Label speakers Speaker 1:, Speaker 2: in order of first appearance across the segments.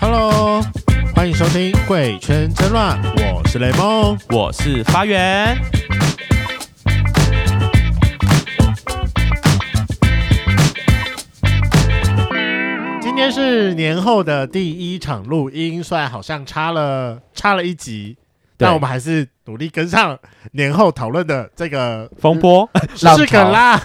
Speaker 1: Hello，欢迎收听《贵圈真乱》，我是雷梦。
Speaker 2: 我是发源。
Speaker 1: 今天是年后的第一场录音，虽然好像差了差了一集，
Speaker 2: 对
Speaker 1: 但我们还是努力跟上年后讨论的这个
Speaker 2: 风 波、
Speaker 1: 时事梗啦。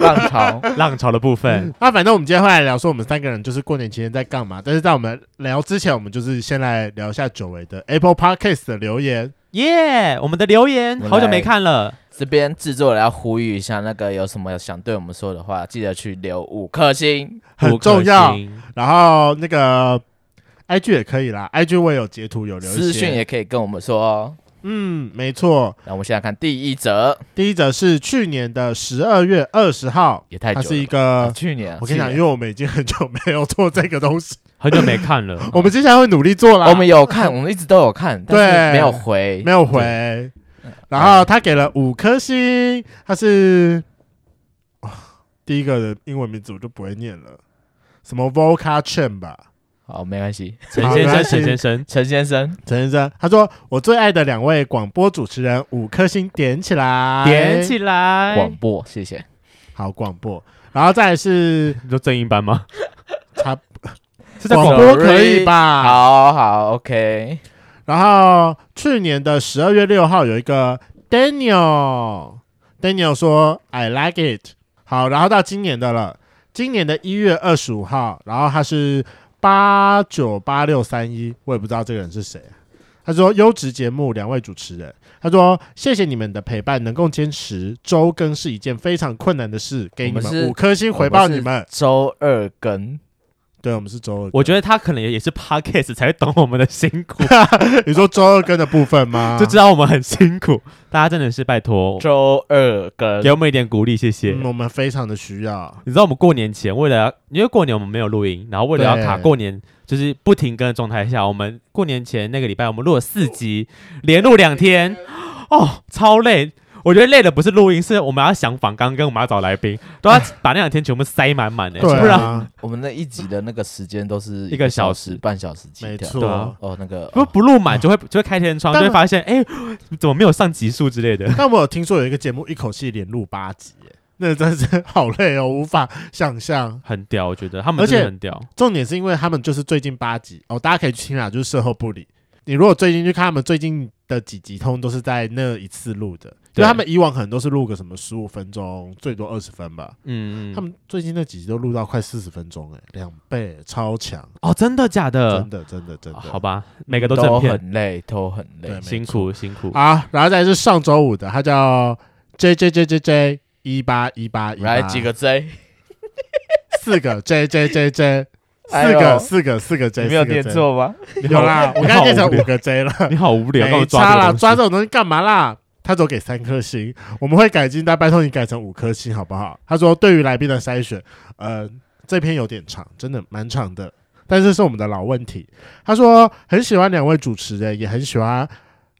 Speaker 3: 浪潮，
Speaker 2: 浪潮的部分，
Speaker 1: 那反正我们今天会来聊说我们三个人就是过年期间在干嘛，但是在我们聊之前，我们就是先来聊一下久违的 Apple Podcast 的留言。
Speaker 2: 耶！我们的留言
Speaker 3: 我们来
Speaker 2: 好久没看了，
Speaker 3: 这边制作人要呼吁一下，那个有什么想对我们说的话，记得去留五颗星。
Speaker 1: 很
Speaker 2: 五颗
Speaker 1: 重要
Speaker 2: 星
Speaker 1: 然后那个 IG 也可以啦，IG 我也有截图有留一些
Speaker 3: 私讯也可以跟我们说哦。
Speaker 1: 嗯，没错。
Speaker 3: 那我们现在看第一则，
Speaker 1: 第一则是去年的十二月二十号，
Speaker 3: 也太
Speaker 1: 它
Speaker 3: 久了。
Speaker 1: 是一
Speaker 3: 啊
Speaker 1: 个，
Speaker 3: 去年啊，
Speaker 1: 我跟你讲，
Speaker 3: 去
Speaker 1: 因
Speaker 3: 年
Speaker 1: 为我们已经很久没有做这个东 西，。
Speaker 2: 很久没看了
Speaker 1: 我们接下来会努力做啦。
Speaker 3: 我们有看，我们一直都有看，但
Speaker 1: 对
Speaker 3: 是没有回，
Speaker 1: 没有回，
Speaker 3: 嗯
Speaker 1: 然后他给了五颗星，他是哇第一个的英文名字我就不会念了，什么 Volca Chen 吧，
Speaker 3: 好，没关系。
Speaker 2: 陈
Speaker 1: 好
Speaker 2: 先
Speaker 1: 没关
Speaker 2: 生，
Speaker 1: 系
Speaker 2: 陈先生，
Speaker 3: 陈先生，
Speaker 1: 陈先生，他说我最爱的两位广播主持人五颗星点起来，
Speaker 2: 点起来！
Speaker 3: 广播，谢谢。
Speaker 1: 好广播，然后再来 是
Speaker 2: 你说正音班吗？
Speaker 1: 他
Speaker 2: 是在
Speaker 1: 广
Speaker 2: 广
Speaker 1: 播可以吧？
Speaker 3: 好好，OK，
Speaker 1: 然后去年的十二月六号有一个 Daniel，Daniel 说 I like it。好，然后到今年的了，今年的一月二十五号，然后他是八九八六三一，我也不知道这个人是谁。他说优质节目，两位主持人。他说谢谢你们的陪伴，能够坚持周更是一件非常困难的事，给你
Speaker 3: 我们
Speaker 1: 们
Speaker 3: 是
Speaker 1: 五颗星回报你们。
Speaker 3: 周二更，
Speaker 1: 对，我们是周二，
Speaker 2: 我觉得他可能也是 podcast 才会懂我们的辛苦，
Speaker 1: 啊你说周二更的部分 吗？
Speaker 2: 就知道我们很辛苦。大家真的是拜托，
Speaker 1: 哦
Speaker 3: 周二更
Speaker 2: 给我们一点鼓励，谢谢。
Speaker 1: 嗯我们非常的需要。
Speaker 2: 你知道我们过年前为了要，因为过年我们没有录音，然后为了要卡
Speaker 1: 对
Speaker 2: 过年，就是不停更的状态下，我们过年前那个礼拜我们录了四集，连录两天，哦，超累。我觉得累的不是录音，是我们要想访刚跟我们要找来宾，都要把那两天全部塞满满的，
Speaker 1: 对
Speaker 2: 不然
Speaker 1: 啊，
Speaker 3: 我们那一集的那个时间都是
Speaker 2: 一个小
Speaker 3: 小
Speaker 2: 时
Speaker 3: 半小时起
Speaker 1: 没
Speaker 3: 跳。
Speaker 1: 错。
Speaker 2: 对啊
Speaker 3: 哦，那个
Speaker 2: 如果
Speaker 3: 哦
Speaker 2: 不录满就会就会开天窗，就
Speaker 1: 当然
Speaker 2: 会发现哎、怎么没有上集数之类的。
Speaker 1: 但我有听说有一个节目一口气连录八集耶，那真是好累哦，无法想象。
Speaker 2: 很屌，我觉得他们
Speaker 1: 而且
Speaker 2: 真的很屌，
Speaker 1: 重点是因为他们就是最近八集哦，大家可以去听啊，就是事后不理。你如果最近去看他们最近的几集，通通都是在那一次录的，就
Speaker 2: 对
Speaker 1: 他们以往可能都是录个什么十五分钟，最多二十分吧。
Speaker 2: 嗯，
Speaker 1: 他们最近那几集都录到快四十分钟，哎，两倍，超强，
Speaker 2: 哦，真的假的哦
Speaker 1: 真？的，真的，真的。
Speaker 2: 好吧，每个都
Speaker 3: 都
Speaker 2: 正片，
Speaker 3: 很累，都很累
Speaker 1: 对。
Speaker 2: 辛苦辛苦。
Speaker 1: 啊，然后再来是上周五的，他叫 J J J J J 一八一八一
Speaker 3: 来
Speaker 1: 八，
Speaker 3: 几个 J，
Speaker 1: 四个 J J J J，
Speaker 3: 哎
Speaker 1: 四
Speaker 3: 呦
Speaker 1: 个四个四个 J，
Speaker 3: 你没有
Speaker 1: 四个 J
Speaker 3: 念，错吗？
Speaker 1: 有啦，我刚才念成五个 J 了，
Speaker 2: 你好无聊，
Speaker 1: 没
Speaker 2: 我
Speaker 1: 差啦，
Speaker 2: 抓
Speaker 1: 抓
Speaker 2: 这
Speaker 1: 这种
Speaker 2: 个东西
Speaker 1: 东西干嘛啦？他只有给三颗星，我们会改进，但拜托你改成五颗星好不好？他说对于来宾的筛选，呃，这篇有点长，真的蛮长的，但是是我们的老问题。他说很喜欢两位主持人，也很喜欢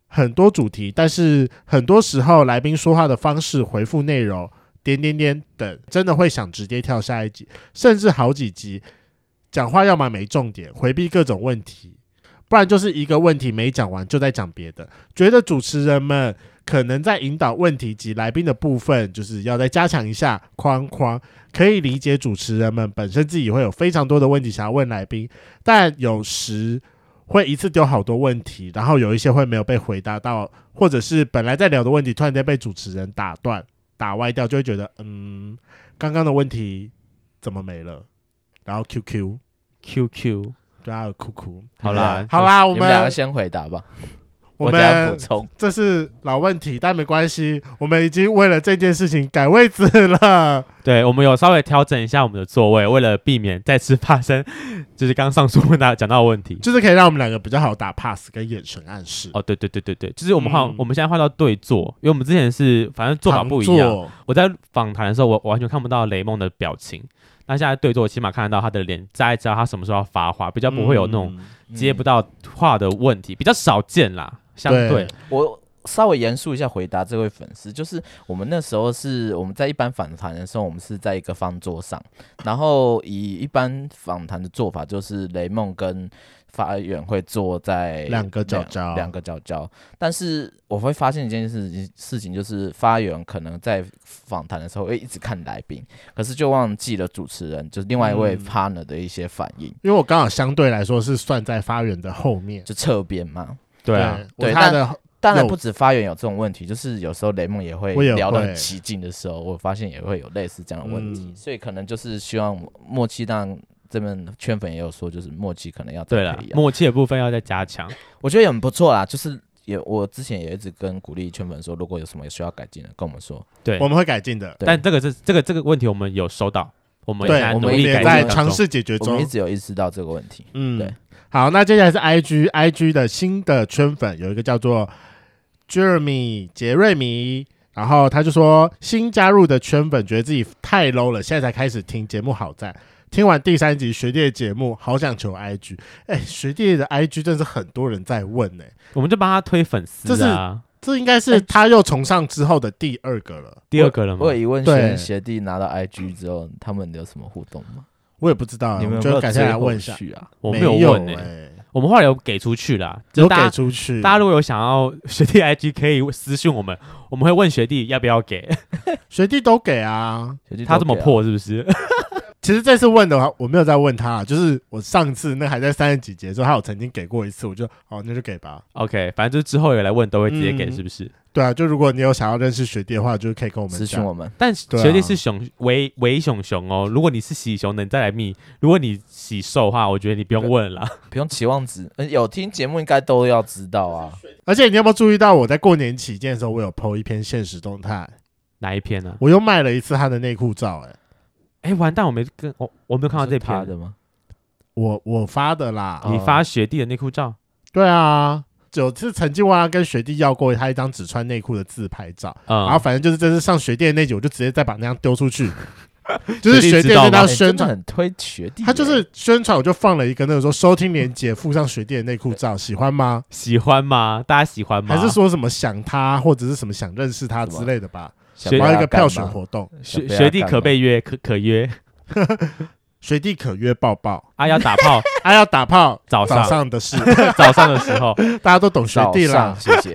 Speaker 1: 很多主题，但是很多时候来宾说话的方式、回复内容、点点点等，真的会想直接跳下一集，甚至好几集。讲话要么没重点，回避各种问题，不然就是一个问题没讲完就在讲别的。觉得主持人们可能在引导问题及来宾的部分，就是要再加强一下框框。可以理解主持人们本身自己会有非常多的问题想要问来宾，但有时会一次丢好多问题，然后有一些会没有被回答到，或者是本来在聊的问题突然间被主持人打断、打歪掉，就会觉得嗯，刚刚的问题怎么没了？然后 QQ
Speaker 2: QQ。
Speaker 1: 对啊，哭哭。
Speaker 2: 好啦，
Speaker 1: 好啦，我
Speaker 3: 你们两个
Speaker 1: 们
Speaker 3: 先回答吧，
Speaker 1: 我
Speaker 3: 等下补
Speaker 1: 们
Speaker 3: 充。
Speaker 1: 这是老问题，但没关系，我们已经为了这件事情改位置了。
Speaker 2: 对，我们有稍微调整一下我们的座位，为了避免再次发生， 就是刚上述问大家讲到的问题。
Speaker 1: 就是可以让我们两个比较好打 pass 跟眼神暗示。
Speaker 2: 哦，对对对对对，就是我们换，
Speaker 1: 嗯
Speaker 2: 我们现在换到对坐，因为我们之前是反正做法不一
Speaker 1: 常
Speaker 2: 样。
Speaker 1: 做，
Speaker 2: 我在访谈的时候，我我完全看不到雷梦的表情，那现在对坐，起码看得到他的脸，大概知道他什么时候要发话，比较不会有那种
Speaker 1: 嗯
Speaker 2: 接不到话的问题，比较少见啦。相对
Speaker 1: 对
Speaker 3: 我稍微严肃一下回答这位粉丝，就是我们那时候是我们在一般访谈的时候，我们是在一个方桌上，然后以一般访谈的做法，就是雷梦跟呃发源会坐在
Speaker 1: 两个角角
Speaker 3: 两两个角角。但是我会发现一件事情，事情就是发源可能在访谈的时候会一直看来宾，可是就忘记了主持人，就是另外一位
Speaker 1: 嗯
Speaker 3: partner 的一些反应，
Speaker 1: 因为我刚好相对来说是算在发源的后面，
Speaker 3: 就侧边嘛。
Speaker 2: 对啊，
Speaker 1: 我
Speaker 3: 对
Speaker 1: 他的
Speaker 3: 当然
Speaker 1: 有
Speaker 3: 不止发源有这种问题，就是有时候雷梦也会
Speaker 1: 我也
Speaker 3: 聊得很
Speaker 1: 会
Speaker 3: 起劲的时候，我发现也会有类似这样的问题，
Speaker 1: 嗯
Speaker 3: 所以可能就是希望默契。当然，这边圈粉也有说，就是默契可能要再
Speaker 2: 对了
Speaker 3: 培，养
Speaker 2: 默契的部分要再加强。
Speaker 3: 我觉得也很不错啦，就是也我之前也一直跟鼓励圈粉说，如果有什么需要改进的，跟我们说。
Speaker 2: 对，
Speaker 1: 我们会改进的，
Speaker 3: 对
Speaker 2: 但这个是这个这个问题我们有收到，我们
Speaker 1: 对
Speaker 2: 现在，
Speaker 1: 我
Speaker 2: 努
Speaker 1: 们
Speaker 2: 力
Speaker 1: 也
Speaker 2: 改
Speaker 1: 在
Speaker 2: 进当
Speaker 1: 尝
Speaker 2: 中
Speaker 1: 试解决
Speaker 3: 我们一
Speaker 1: 中。
Speaker 3: 直有意识到这个问题。
Speaker 1: 嗯
Speaker 3: 对，
Speaker 1: 好，那接下来是 IG，IG 的新的圈粉有一个叫做 Jeremy 杰瑞米，然后他就说新加入的圈粉觉得自己太 low 了，现在才开始听节目，好在听完第三集学弟的节目，好想求 IG，哎、学弟的 IG 真是很多人在问呢、
Speaker 2: 我们就帮他推粉丝啊。
Speaker 1: 这应该是他又崇尚之后的第二个了，
Speaker 2: 第二个
Speaker 1: 嗯
Speaker 2: 了吗
Speaker 3: 我？有疑问，
Speaker 1: 对
Speaker 3: 学学弟拿到 IG 之后，他们有什么互动吗？
Speaker 1: 我也不知道、啊，
Speaker 3: 你们
Speaker 1: 我
Speaker 3: 有没
Speaker 1: 就
Speaker 3: 有
Speaker 1: 改天
Speaker 3: 追
Speaker 1: 来
Speaker 3: 后
Speaker 1: 问一下。
Speaker 3: 续啊？
Speaker 2: 我
Speaker 1: 没
Speaker 2: 没有问
Speaker 1: 哎、
Speaker 2: 呢，我们后来有给出去啦，就
Speaker 1: 有
Speaker 2: 是大
Speaker 1: 给
Speaker 2: 家
Speaker 1: 出去，
Speaker 2: 大家如果有想要学弟 IG 可以私信我们，我们会问学弟要不要给
Speaker 1: 学弟都给啊。
Speaker 3: 学弟
Speaker 2: 他
Speaker 3: 都
Speaker 2: 这么
Speaker 3: 给啊，
Speaker 2: 破是不是？
Speaker 1: 其实这次问的话，我没有再问他啊，就是我上次那还在三十几节的时候，他有曾经给过一次，我就哦，那就给吧。
Speaker 2: OK，反正就是之后有来问都会直接给，
Speaker 1: 嗯
Speaker 2: 是不是？
Speaker 1: 对啊，就如果你有想要认识学弟的话，就是可以跟我们
Speaker 3: 私信
Speaker 1: 讲。
Speaker 3: 我们。
Speaker 2: 但
Speaker 1: 对啊
Speaker 2: 学弟是熊唯唯熊熊哦，如果你是喜熊的，你再来密；如果你喜瘦的话，我觉得你不用问了啦。
Speaker 3: 不用期望值，呃有听节目应该都要知道啊。
Speaker 1: 而且你有没有注意到，我在过年期间的时候，我有 PO 一篇现实动态，
Speaker 2: 哪一篇呢、
Speaker 1: 我又卖了一次他的内裤照、哎，
Speaker 2: 哎、完蛋，我没跟我我没有看到这
Speaker 3: 是他
Speaker 2: 篇。
Speaker 3: 的吗？
Speaker 1: 我我发的啦。
Speaker 3: 哦
Speaker 2: 你发学弟的内裤照，
Speaker 1: 对啊，有次曾经我要跟学弟要过他一张只穿内裤的自拍照，
Speaker 2: 嗯，
Speaker 1: 然后反正就是这次上学弟的那集，我就直接再把那张丢出去，就是学弟
Speaker 2: 学弟知
Speaker 1: 那
Speaker 2: 道吗
Speaker 1: 张
Speaker 3: 哎
Speaker 1: 宣
Speaker 3: 真的
Speaker 1: 传。
Speaker 3: 很推学弟耶，
Speaker 1: 他就是宣传，我就放了一个那个说收听链接，附上学弟的内裤照，喜欢吗？
Speaker 2: 喜欢吗？大家喜
Speaker 3: 嗯
Speaker 2: 欢吗？
Speaker 1: 还是说什么想他或者是什么想认识他之类的吧？
Speaker 3: 想
Speaker 2: 学
Speaker 1: 然后一
Speaker 3: 被
Speaker 1: 个
Speaker 3: 他啊干
Speaker 1: 票选
Speaker 3: 嘛
Speaker 1: 活动，
Speaker 2: 学
Speaker 3: 想被他
Speaker 2: 学弟
Speaker 3: 干
Speaker 2: 可
Speaker 3: 嘛
Speaker 2: 被约可可约
Speaker 1: 学弟可约抱抱，
Speaker 2: 啊？要打 炮
Speaker 1: 啊要打炮，
Speaker 2: 早
Speaker 1: 早
Speaker 2: 上
Speaker 1: 上的事，
Speaker 2: 早上的时候，
Speaker 1: 大家都懂学
Speaker 3: 早
Speaker 1: 弟啦
Speaker 3: 上，。谢 谢。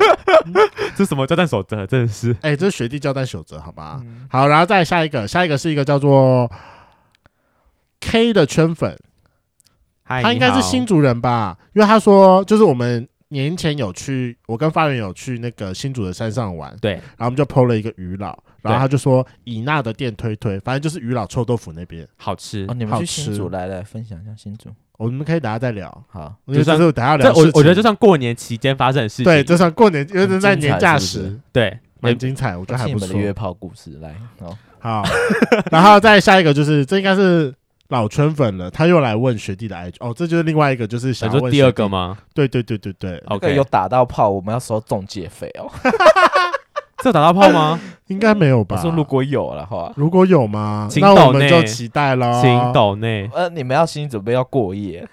Speaker 2: 这什么交战守则？真的是
Speaker 1: 哎，这是啊学弟交代守则，好吧？
Speaker 3: 嗯
Speaker 1: 好，然后再下一个，下一个是一个叫做 K 的圈粉，
Speaker 3: 哎
Speaker 2: 嗨
Speaker 1: 他应该
Speaker 2: 你
Speaker 1: 是
Speaker 2: 好
Speaker 1: 新竹人吧？因为他说，就是我们年前有去，我跟发源有去那个新竹的山上玩，
Speaker 2: 对
Speaker 1: 然后我们就 PO 了一个鱼佬，然后
Speaker 2: 对
Speaker 1: 他就说以那的店推推，反正就是鱼佬臭豆腐那边，
Speaker 2: 好吃
Speaker 3: 哦，。你们
Speaker 1: 好
Speaker 3: 去新
Speaker 1: 吃
Speaker 3: 竹来来分享一下新竹。
Speaker 1: 我们可以等下再聊。
Speaker 3: 好，
Speaker 1: 我觉得
Speaker 2: 就
Speaker 1: 这
Speaker 2: 像
Speaker 1: 是等下聊
Speaker 2: 这
Speaker 1: 的
Speaker 2: 我
Speaker 1: 事情
Speaker 2: 我觉得就算过年期间发生的事情，
Speaker 1: 对，就算过年，因为这是在
Speaker 3: 很精彩
Speaker 1: 年假
Speaker 3: 是不是
Speaker 1: 时，
Speaker 2: 对，
Speaker 1: 蛮精彩，我觉得还
Speaker 3: 听
Speaker 1: 不
Speaker 3: 你们的
Speaker 1: 错。
Speaker 3: 约炮故事来。哦，
Speaker 1: 好， 然后再下一个就是这应该是老圈粉了，他又来问学弟的 IG，哦，这就是另外一个就是想
Speaker 2: 想
Speaker 1: 要
Speaker 2: 说
Speaker 1: 问
Speaker 2: 第二
Speaker 1: 学弟
Speaker 2: 个？吗
Speaker 1: 对对对对对，
Speaker 3: 这个
Speaker 2: ？OK，
Speaker 3: 有打到炮，我们要收中介费哦。
Speaker 2: 这有打到炮 吗？
Speaker 1: 应该没有
Speaker 3: 我
Speaker 1: 吧？
Speaker 3: 说如果有了话，
Speaker 1: 如果有吗？
Speaker 2: 请
Speaker 1: 那
Speaker 2: 抖
Speaker 1: 我们
Speaker 2: 内
Speaker 1: 就期待喽。
Speaker 2: 请岛内
Speaker 3: 呃，你们要心理准备要过夜，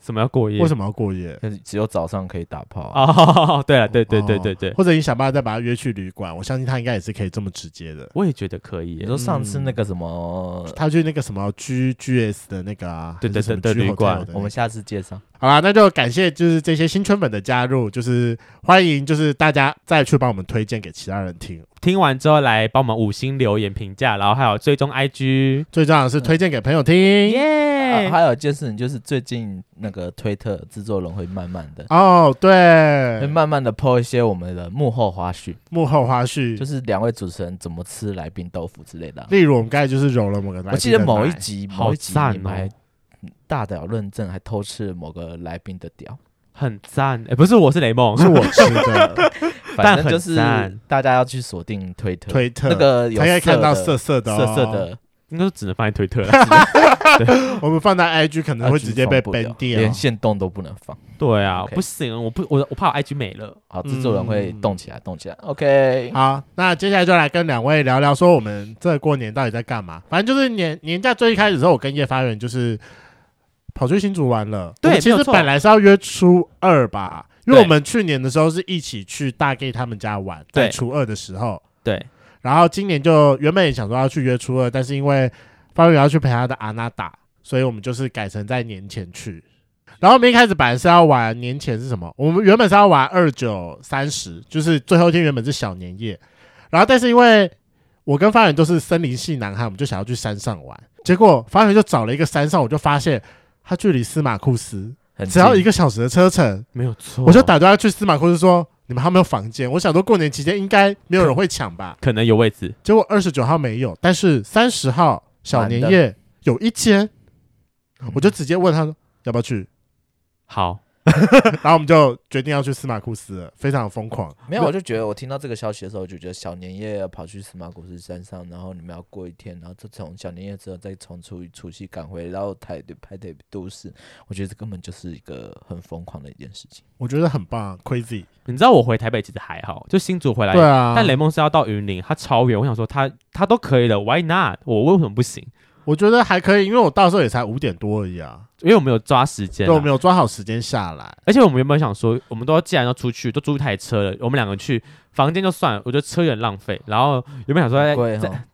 Speaker 2: 什么要过夜？
Speaker 1: 为什么
Speaker 2: 么？
Speaker 1: 要过夜？
Speaker 3: 但是只有早上可以打炮啊。
Speaker 2: 哦， 对了，对对对对对
Speaker 1: 哦，或者你想办法再把他约去旅馆，我相信他应该也是可以这么直接的。
Speaker 2: 我也觉得可以
Speaker 3: 你
Speaker 2: 耶。
Speaker 3: 说上次那
Speaker 1: 嗯
Speaker 3: 个什么，
Speaker 1: 他去那个什么 G G S 的那个啊，
Speaker 2: 对对
Speaker 1: 还是什么
Speaker 2: 对对
Speaker 1: G
Speaker 2: 旅馆
Speaker 1: Hotel 的那个
Speaker 3: 我们下次介绍。
Speaker 1: 好啦，那就感谢就是这些新圈粉的加入，就是欢迎就是大家再去帮我们推荐给其他人听，
Speaker 2: 听完之后来帮我们五星留言评价，然后还有追踪 IG。
Speaker 1: 最重要的是推荐给朋友听。
Speaker 3: 啊
Speaker 2: 耶！
Speaker 3: 还有一件事情就是最近那个推特制作人会慢慢的。
Speaker 1: 哦，
Speaker 3: 会
Speaker 1: 对，
Speaker 3: 慢慢的 po 一些我们的幕后花絮，
Speaker 1: 幕后花絮，
Speaker 3: 就是两位主持人怎么吃来宾豆腐之类的啊、
Speaker 1: 例如我们刚才就是揉了某个来宾的奶，
Speaker 3: 我记得某一集，
Speaker 2: 好
Speaker 3: 某一集
Speaker 2: 赞
Speaker 3: 你们
Speaker 2: 哦
Speaker 3: 还大屌论证，还偷吃了某个来宾的 屌，
Speaker 2: 很赞。哎，不是，我是雷梦，
Speaker 1: 是 我吃 的
Speaker 3: 反正就
Speaker 2: 很
Speaker 3: 是
Speaker 2: 赞
Speaker 3: 大家要去锁定推特，
Speaker 1: 推特，
Speaker 3: 那个有
Speaker 1: 才可以看到色
Speaker 3: 色
Speaker 1: 色的
Speaker 3: 的
Speaker 1: 哦
Speaker 3: 色色，的，
Speaker 2: 应该是只能放在推特了。
Speaker 1: 我们放在 IG 可能会直接被 ban 掉
Speaker 3: 连。线动都不能放。
Speaker 2: 对啊，
Speaker 3: OK
Speaker 2: 不行，我不，我我怕我 IG 没了。
Speaker 3: 好，制作人会
Speaker 1: 嗯
Speaker 3: 动起来，动起来。OK，
Speaker 1: 好，那接下来就来跟两位聊聊，说我们这过年到底在干嘛？反正就是年年假最一开始的时候，我跟叶发源就是跑去新竹玩了。
Speaker 2: 对
Speaker 1: 我们其
Speaker 2: 没
Speaker 1: 实
Speaker 2: 有错
Speaker 1: 本来是要约初二吧，因为
Speaker 2: 对
Speaker 1: 我们去年的时候是一起去大 gay 他们家玩，在
Speaker 2: 对
Speaker 1: 初二的时候，
Speaker 2: 对，
Speaker 1: 然后今年就原本也想说要去约初二，但是因为方圆要去陪他的阿娜打，所以我们就是改成在年前去。然后我们一开始本来是要玩年前是什么？我们原本是要玩二九三十，就是最后一天原本是小年夜。然后但是因为我跟方圆都是森林系男孩，我们就想要去山上玩。结果方圆就找了一个山上，我就发现他距离司马库斯
Speaker 3: 很
Speaker 1: 只要
Speaker 3: 近
Speaker 1: 一个小时的车程。
Speaker 2: 没有错。
Speaker 1: 我就打电话去司马库斯说：“你们还有没有房间？”我想说过年期间应该没有人会抢吧。
Speaker 2: 可能有位置，
Speaker 1: 结果二十九号没有，但是三十号小年夜有一间，
Speaker 2: 嗯
Speaker 1: 我就直接问他说要不要去，
Speaker 2: 好，
Speaker 1: 然后我们就决定要去司马库斯了，非常疯狂。
Speaker 3: 没有，我就觉得我听到这个消息的时候，我就觉得小年夜要跑去司马库斯山上，然后你们要过一天，然后再从小年夜之后再从初一除夕赶回到台北台北都市，我觉得这根本就是一个很疯狂的一件事情。
Speaker 1: 我觉得很棒，crazy。啊
Speaker 2: 你知道我回台北其实还好，就新竹回来
Speaker 1: 对啊，
Speaker 2: 但雷梦是要到云林，他超远。我想说他他都可以了，Why not？我为什么不行？
Speaker 1: 我觉得还可以，因为我到时候也才五点多而已啊，
Speaker 2: 因为我们有抓时间
Speaker 1: 对，
Speaker 2: 啊、
Speaker 1: 我没有抓好时间下来。
Speaker 2: 而且我们原本想说，我们都既然要出去，都租一台车了，我们两个去房间就算了，我觉得车有点浪费。然后原本想说在哎
Speaker 3: 贵哦
Speaker 2: 在
Speaker 3: 哈，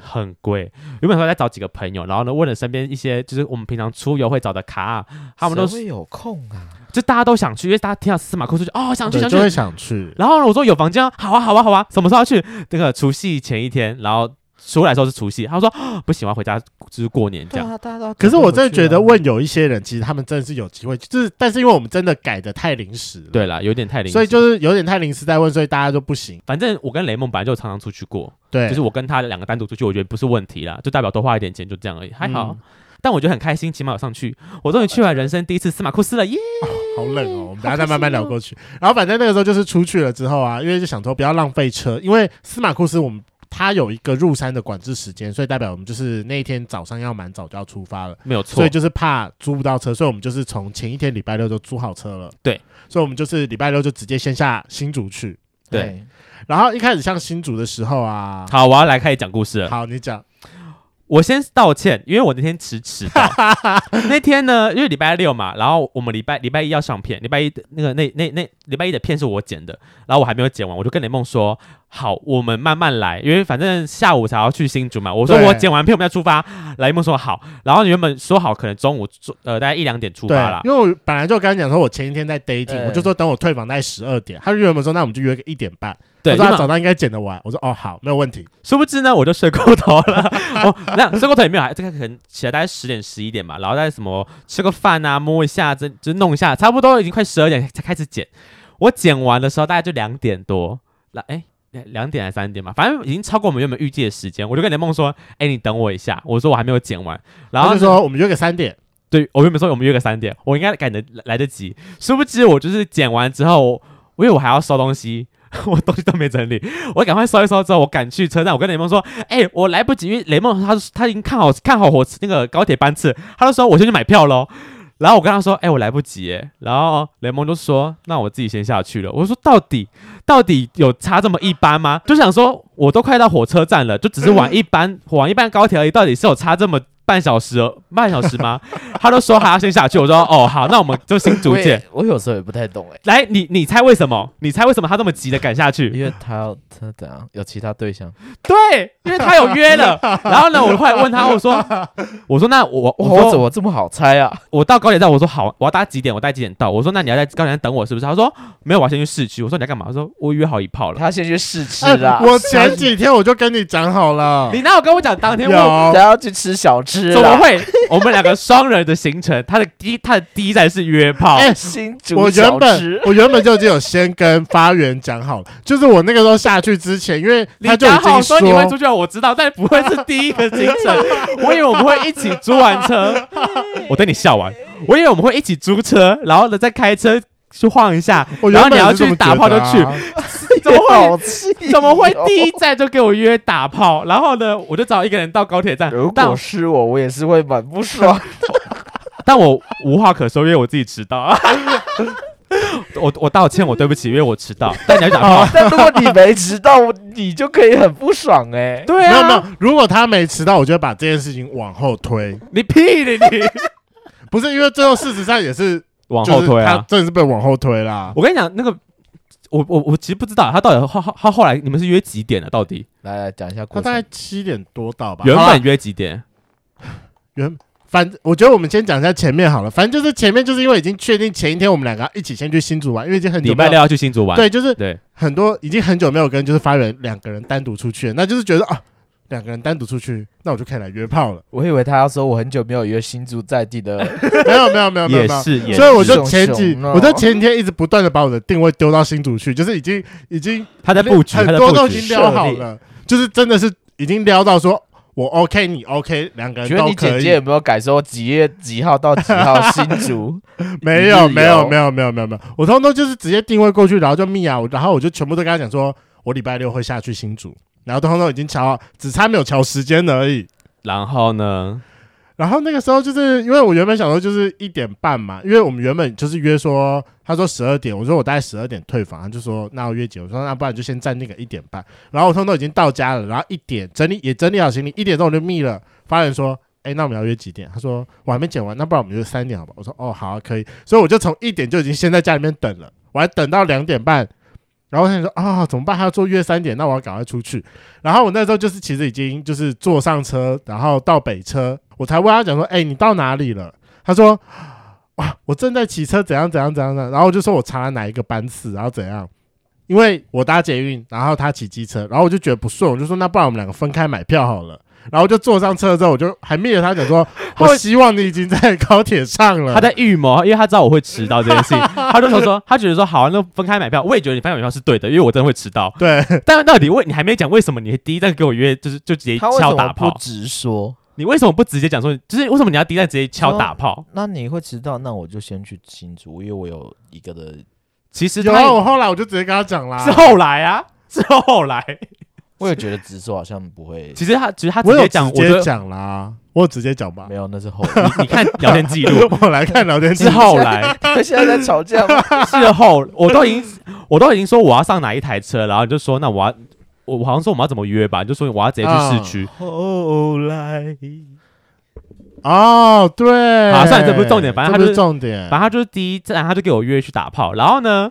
Speaker 2: 很贵，原本说再找几个朋友，然后呢问了身边一些就是我们平常出游会找的卡，啊他们都
Speaker 3: 谁会有空啊，
Speaker 2: 就大家都想去，因为大家听到司马库斯就哦想去
Speaker 1: 对，
Speaker 2: 想
Speaker 1: 就会
Speaker 2: 去。
Speaker 1: 想去。
Speaker 2: 然后呢我说有房间啊，好啊好啊好啊，什么时候要去？那个除夕前一天，然后出来的时候是除夕，他说、哦不行，我要回家就是过年这
Speaker 3: 对
Speaker 2: 样。
Speaker 3: 啊，大家都要
Speaker 1: 可是
Speaker 3: 赶快
Speaker 1: 我
Speaker 3: 回
Speaker 1: 真的
Speaker 3: 去
Speaker 1: 觉得
Speaker 3: 啊
Speaker 1: 问有一些人，其实他们真的是有机会，就是但是因为我们真的改的太临时了，
Speaker 2: 对啦，有点太临时，
Speaker 1: 所以就是有点太临时在问，所以大家就不行。
Speaker 2: 反正我跟雷梦本来就常常出去过，
Speaker 1: 对，
Speaker 2: 就是我跟他两个单独出去，我觉得不是问题啦，就代表多花一点钱，就这样而已，还好。
Speaker 1: 嗯
Speaker 2: 但我觉得很开心，起码有上去，我终于去完人生第一次司马库斯了，耶！
Speaker 1: 好冷哦，我们等下再
Speaker 2: 好开心
Speaker 1: 慢慢聊
Speaker 2: 哦
Speaker 1: 过去。然后反正那个时候就是出去了之后啊，因为就想说不要浪费车，因为司马库斯我们它有一个入山的管制时间，所以代表我们就是那一天早上要蛮早就要出发了，
Speaker 2: 没有
Speaker 1: 所
Speaker 2: 错
Speaker 1: 以，就是怕租不到车，所以我们就是从前一天礼拜六就租好车了。
Speaker 2: 对，
Speaker 1: 所以我们就是礼拜六就直接先下新竹去。
Speaker 2: 对，
Speaker 1: 然后一开始上新竹的时候啊，
Speaker 2: 好，我要来开始讲故事了。
Speaker 1: 好，你讲，
Speaker 2: 我先道歉，因为我那天迟迟到。那天呢，因为礼拜六嘛，然后我们礼拜礼拜一要上片，礼拜一的那个那那那礼拜一的片是我剪的，然后我还没有剪完，我就跟雷梦说，好，我们慢慢来，因为反正下午才要去新竹嘛。我说
Speaker 1: 对
Speaker 2: 我剪完片我们再出发，雷梦说好，然后原本说好可能中午呃大概一两点出
Speaker 1: 对
Speaker 2: 发啦，，
Speaker 1: 因为我本来就跟他讲说，我前一天在 dating，
Speaker 3: 对
Speaker 1: 我就说等我退房大概十二点，他就原本说那我们就约个一点半，
Speaker 2: 对，
Speaker 1: 我说
Speaker 2: 原
Speaker 1: 他
Speaker 2: 本
Speaker 1: 早上应该剪得完，我说哦好，没有问题。
Speaker 2: 殊不知呢，我就睡过头 了。哦，那睡过头也没有，这个可能起来大概十点十一点嘛，然后再什么吃个饭啊，摸一下，这就弄一下，差不多已经快十二点才开始剪。我剪完的时候大概就两点多，那哎。两两点还是三点嘛，反正已经超过我们原本预计的时间。我就跟雷梦说：“哎、你等我一下。”我说：“我还没有剪完。”然后
Speaker 1: 他
Speaker 2: 呢
Speaker 1: 就说我们约个三点，
Speaker 2: 对，我原本说我们约个三点，我应该赶得来得及，殊不知我就是剪完之后，我因为我还要收东西。 我东西都没整理，我赶快收一收之后，我赶去车站。我跟雷梦说：“哎、我来不及，因为雷梦他他已经看好看好火车那个高铁班次，他就说我先去买票喽。”然后我跟他说：“哎、我来不及。”哎，然后雷蒙就说：“那我自己先下去了。”我说：“到底到底有差这么一班吗？”就想说，我都快到火车站了，就只是晚一班，晚一班高铁而已，到底是有差这么半小时哦、半小时吗？他都说还要先下去，我说：“哦，好，那我们就新竹
Speaker 3: 我也
Speaker 2: 见。
Speaker 3: 我有时候也不太懂哎”，
Speaker 2: 来，你你猜为什么？你猜为什么他这么急的赶下去？
Speaker 3: 因为他要他怎样有其他对象，
Speaker 2: 对，因为他有约 了。然后呢，我后来问他，我说：“我说那我
Speaker 1: 哦
Speaker 3: 哇，
Speaker 2: 说
Speaker 3: 我怎么这么好猜啊？
Speaker 2: 我到高铁站，我说好，啊我要搭几点？我搭几点到？我说那你要在高铁站等我是不是？他说没有，我要先去市区。我说你要干嘛？他说我约好一炮 了。
Speaker 3: 他先去试吃啊
Speaker 1: 哎
Speaker 3: 啦，
Speaker 1: 我前几天我就跟你讲好了，
Speaker 2: 你哪有跟我讲当天我？
Speaker 1: 有
Speaker 3: 他要去吃小吃啊
Speaker 2: 怎么
Speaker 3: 啦，
Speaker 2: 会？ 我们两个双人的行程，他的第一他的第一站是约炮，
Speaker 1: 哎
Speaker 3: 新
Speaker 1: 我
Speaker 3: 竹
Speaker 1: 原
Speaker 3: 小
Speaker 1: 本
Speaker 3: 吃。
Speaker 1: 我原本就已经有先跟发源讲好了，就是我那个时候下去之前，因为
Speaker 2: 你
Speaker 1: 他就已
Speaker 2: 讲好
Speaker 1: 经
Speaker 2: 说你会出去玩，我知道，但不会是第一个行 程。我以为我们会一起租完车，我等你笑完。我以为我们会一起租车，然后呢再开车去晃 一下。
Speaker 1: 我
Speaker 2: 然后
Speaker 1: 原本
Speaker 2: 你要
Speaker 1: 是这
Speaker 2: 去
Speaker 1: 么
Speaker 2: 打炮就
Speaker 1: 觉
Speaker 2: 去
Speaker 1: 得啊，
Speaker 2: 怎么会
Speaker 3: 好气哦
Speaker 2: 怎么会第一站就给我约打炮？然后呢，我就找一个人到高铁站
Speaker 3: 如，
Speaker 2: 但
Speaker 3: 果是我，我也是会蛮 不爽。
Speaker 2: 但我无话可说，因为我自己迟到。 我我道歉，我对不起，因为我迟到。但你要去打
Speaker 1: 哦
Speaker 2: 炮，
Speaker 3: 但如果你没迟到，我你就可以很不爽哎、
Speaker 2: 对
Speaker 1: 没有没
Speaker 2: 啊
Speaker 1: 有，，如果他没迟到，我就会把这件事情往后推，
Speaker 2: 你屁的你！
Speaker 1: 不是因为最后事实上也是
Speaker 2: 往
Speaker 1: 就
Speaker 2: 后
Speaker 1: 是
Speaker 2: 推
Speaker 1: 他
Speaker 2: 啊。
Speaker 1: 真的是被往后推啦。
Speaker 2: 我跟你讲，那个我我我其实不知道他到底后后他后来你们是约几点的？到底
Speaker 3: 来来讲一下
Speaker 1: 他
Speaker 3: 过
Speaker 1: 大
Speaker 3: 程。
Speaker 1: 概七点多到吧，
Speaker 2: 原
Speaker 1: 好啦啊
Speaker 2: 本约几点？
Speaker 1: 原反，我觉得我们先讲一下前面好了。反正就是前面就是因为已经确定前一天我们两个要一起先去新竹玩，因为已经很久
Speaker 2: 礼
Speaker 1: 没
Speaker 2: 拜
Speaker 1: 有
Speaker 2: 六要去新竹玩。
Speaker 1: 对，就是
Speaker 2: 对，
Speaker 1: 很多已经很久没有跟就是发源两个人单独出去了，那就是觉得啊，两个人单独出去，那我就可以来约炮 了。
Speaker 3: 我以为他要说我很久没有约新竹在地 的，
Speaker 1: 没有没有没有没有
Speaker 2: 也
Speaker 1: 没有。
Speaker 2: 是也
Speaker 1: 所以我就
Speaker 3: 熊
Speaker 1: 前几，
Speaker 2: 啊
Speaker 3: 熊哦
Speaker 1: 我就前几天一直不断的把我的定位丢到新竹去，就是已经已经
Speaker 2: 他在布局，
Speaker 1: 很
Speaker 2: 他在
Speaker 1: 多
Speaker 2: 布
Speaker 1: 都已经
Speaker 2: 局。
Speaker 1: 撩好了，就是真的是已经撩到说我 OK 你 OK 两个人
Speaker 3: 觉得
Speaker 1: 都
Speaker 3: 你
Speaker 1: 可
Speaker 3: 姐姐有
Speaker 1: 以，
Speaker 3: 没有改说几月几号到几号新 竹？
Speaker 1: 没有
Speaker 3: 你
Speaker 1: 没有
Speaker 3: 有
Speaker 1: 没有没有没有没有，我通通就是直接定位过去，然后就密啊，我然后我就全部都跟他讲说，我礼拜六会下去新竹，然后通通都已经瞧好，只差没有瞧时间而已。
Speaker 2: 然后呢？
Speaker 1: 然后那个时候就是因为我原本想说就是一点半嘛，因为我们原本就是约说，他说十二点，我说我大概十二点退房，他就说那我约几点，我说那不然就先暂定个一点半。然后我通通已经到家了，然后一点整理也整理好行李，一点钟我就密了，发人说。哎，那我们要约几点？他说我还没剪完，那不然我们就三点好吧？我说哦好啊、可以，所以我就从一点就已经先在家里面等了，我还等到两点半，然后他说啊、怎么办？还要做约三点，那我要赶快出去。然后我那时候就是其实已经就是坐上车，然后到北车，我才问他讲说，哎、你到哪里了？他说，哇，我正在骑车，怎样怎样怎样的。然后我就说我查了哪一个班次，然后怎样。因为我搭捷运，然后他骑机车，然后我就觉得不顺，我就说那不然我们两个分开买票好了。然后我就坐上车之后，我就还灭了他讲说，我希望你已经在高铁上了。
Speaker 2: 他在预谋，因为他知道我会迟到这件事 情，他就想说，他觉得说好、啊，那分开买票。我也觉得你分开买票是对的，因为我真的会 迟到。
Speaker 1: 对，
Speaker 2: 但到底为你还没讲为什么你第一站给我约，就是就直接
Speaker 3: 他为什
Speaker 2: 敲
Speaker 3: 么
Speaker 2: 打
Speaker 3: 不
Speaker 2: 炮？
Speaker 3: 直说？
Speaker 2: 你为什么不直接讲说，就是为什么你要第一站直接敲打炮？
Speaker 3: 那你会迟到，那我就先去新竹，因为我有一个的，
Speaker 2: 其实
Speaker 1: 有啊，
Speaker 2: 他
Speaker 1: 我后来我就直接跟他讲啦
Speaker 2: 是。后来啊，是后来。
Speaker 3: 我也觉得直说好像不会，
Speaker 2: 其实他其实他直
Speaker 1: 我有
Speaker 2: 接
Speaker 1: 直
Speaker 2: 讲，
Speaker 1: 接
Speaker 2: 就
Speaker 1: 讲啦，我有直接讲吧
Speaker 3: 没。有，那是后 来。
Speaker 2: 你你看聊天记录
Speaker 1: 我来看聊天记
Speaker 2: 是
Speaker 1: 录。
Speaker 2: 后来，
Speaker 3: 现在在吵架吗？
Speaker 2: 事后我都已经我都已经说我要上哪一台车，然后你就说那我要我我好像说我们要怎么约吧，你就说我要直接去市区。
Speaker 3: 后来，
Speaker 1: 哦，对，
Speaker 2: 好算了这不是重点反正他
Speaker 1: 这不
Speaker 2: 就
Speaker 1: 是
Speaker 2: 是
Speaker 1: 重点
Speaker 2: 反。正他就是第一站，他就给我约去打炮，然后呢。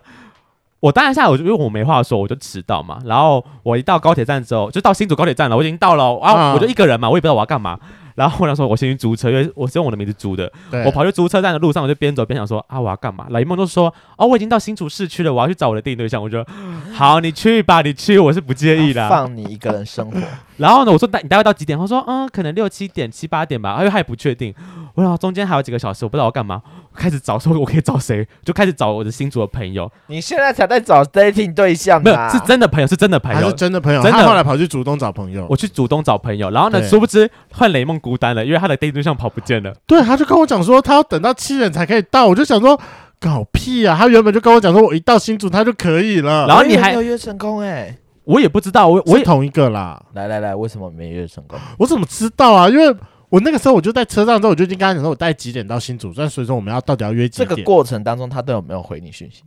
Speaker 2: 我当然下来，我就因为我没话说，我就迟到嘛。然后我一到高铁站之后，就到新竹高铁站了，我已经到了啊，
Speaker 1: 嗯
Speaker 2: 我就一个人嘛，我也不知道我要干嘛。然后我想说，我先去租车，因为我是用我的名字租的。
Speaker 1: 对
Speaker 2: 我跑去租车站的路上，我就边走边想说啊，我要干嘛？老一梦就说哦，我已经到新竹市区了，我要去找我的电影对象。我就好，你去吧，你去，我是不介意
Speaker 1: 啊
Speaker 2: 的。
Speaker 3: 放你一个人生活，
Speaker 2: 然后呢，我说大你大概到几点？他说嗯，可能六七点、七八点吧，因为他也不确定。我想中间还有几个小时，我不知道我干嘛。我开始找说我可以找谁，就开始找我的新竹的朋友，
Speaker 3: 你现在才在找 dating 对象啊
Speaker 1: 嗯
Speaker 2: 没
Speaker 3: 呢、
Speaker 2: 有是真的朋友，是真的朋
Speaker 1: 他是
Speaker 2: 友。
Speaker 1: 真的朋友，
Speaker 2: 真的
Speaker 1: 他后来跑去主动找朋友。
Speaker 2: 我去主动找朋友，然后呢，
Speaker 1: 对
Speaker 2: 殊不知换雷梦孤单了，因为他的电影对象跑不见了。
Speaker 1: 对，他就跟我讲说，他要等到七点才可以到，我就想说。搞屁啊！他原本就跟我讲说，我一到新竹他就可以了。
Speaker 2: 然后
Speaker 3: 我以为
Speaker 2: 你还
Speaker 3: 没有约成功哎、
Speaker 2: 我也不知道，我我
Speaker 1: 我
Speaker 2: 也
Speaker 1: 同一个啦，
Speaker 3: 来来来，为什么没约成功？
Speaker 1: 我怎么知道啊？因为我那个时候我就在车上之后，我就已经跟他讲说，我带几点到新竹，但所以说我们要到底要约几
Speaker 3: 这个
Speaker 1: 点？
Speaker 3: 过程当中，他都有没有回你讯息？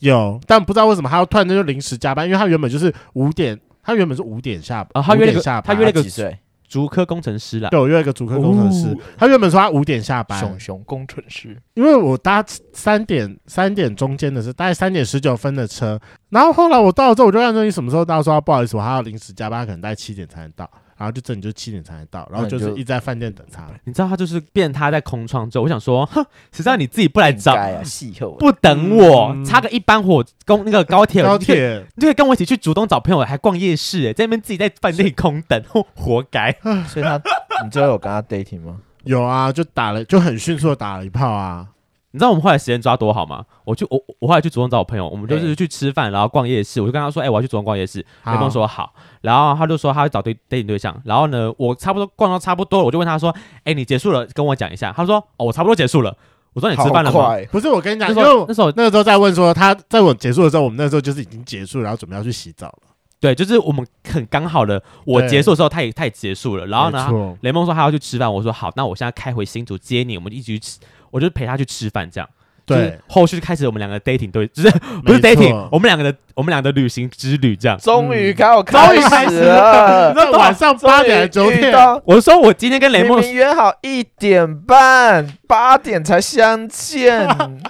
Speaker 1: 有，但不知道为什么他要突然间就临时加班，因为他原本就是五点，他原本是五点下班，
Speaker 2: 啊他约
Speaker 1: 5
Speaker 2: 了个
Speaker 1: 点下班，
Speaker 2: 他约了个
Speaker 3: 几岁？
Speaker 2: 竹科工程师啦，
Speaker 1: 对我约了个主科工程师
Speaker 2: 哦，
Speaker 1: 他原本说他五点下班，
Speaker 3: 熊熊工程师，
Speaker 1: 因为我搭三点三点中间的是大概三点十九分的车，然后后来我到了之后，我就让这你什么时候到，说啊不好意思，我还要临时加班，可能大概七点才能到，然后就这里就七点才能到，然后就是
Speaker 3: 那你就
Speaker 1: 一直在饭店等 他。
Speaker 2: 你知道他就是变他在空窗之后，我想说，哼，谁知道你自己不来
Speaker 3: 应
Speaker 2: 找，
Speaker 3: 该啊，戏后
Speaker 2: 不等我，
Speaker 1: 嗯
Speaker 2: 差个一班火公那个高铁，
Speaker 1: 高铁
Speaker 2: 你对，跟我一起去主动找朋友，还逛夜市，哎，在那边自己在饭店空 等，哼活该。
Speaker 3: 所以他，你最后有跟他 dating 吗？
Speaker 1: 有啊，就打了，就很迅速的打了一炮啊。
Speaker 2: 你知道我们后来时间抓多好吗？我去，我我后来去主动找我朋友，我们就是
Speaker 3: 对
Speaker 2: 去吃饭，然后逛夜市。我就跟他说，哎、我要去主动逛夜市。雷
Speaker 1: 好
Speaker 2: 梦说好，然后他就说他要找对 dating 对象。然后呢，我差不多逛到差不多了，我就问他说，哎、你结束了，跟我讲一下。他说，哦，我差不多结束了。我说你吃饭了
Speaker 3: 好
Speaker 2: 吗？
Speaker 3: 快
Speaker 1: 不是我跟你
Speaker 2: 那
Speaker 1: 讲，
Speaker 2: 时
Speaker 1: 因
Speaker 2: 候
Speaker 1: 为
Speaker 2: 那时候
Speaker 1: 那个时候在问说他在我结束的时候，我们那时候就是已经结束，然后准备要去洗澡了。
Speaker 2: 对，就是我们很刚好的，我
Speaker 1: 对
Speaker 2: 结束的时候他也他也结束了，然后
Speaker 1: 没
Speaker 2: 呢，
Speaker 1: 错？
Speaker 2: 雷蒙说他要去吃饭，我说好，那我现在开回新竹接你，我们一起去吃，我就陪他去吃饭这样。就是
Speaker 1: 对，
Speaker 2: 后续开始我们两个 dating 对，就是不是
Speaker 1: 没错
Speaker 2: dating，我们两个的我们俩的旅行之旅这样。
Speaker 3: 终于开我开
Speaker 2: 终于开
Speaker 3: 始
Speaker 2: 始
Speaker 3: 了，
Speaker 1: 在晚上嗯八点还是九
Speaker 3: 终于遇
Speaker 1: 点，
Speaker 3: 到
Speaker 2: 我说我今天跟雷
Speaker 3: 明
Speaker 2: 梦
Speaker 3: 明约好一点半，八点才相见，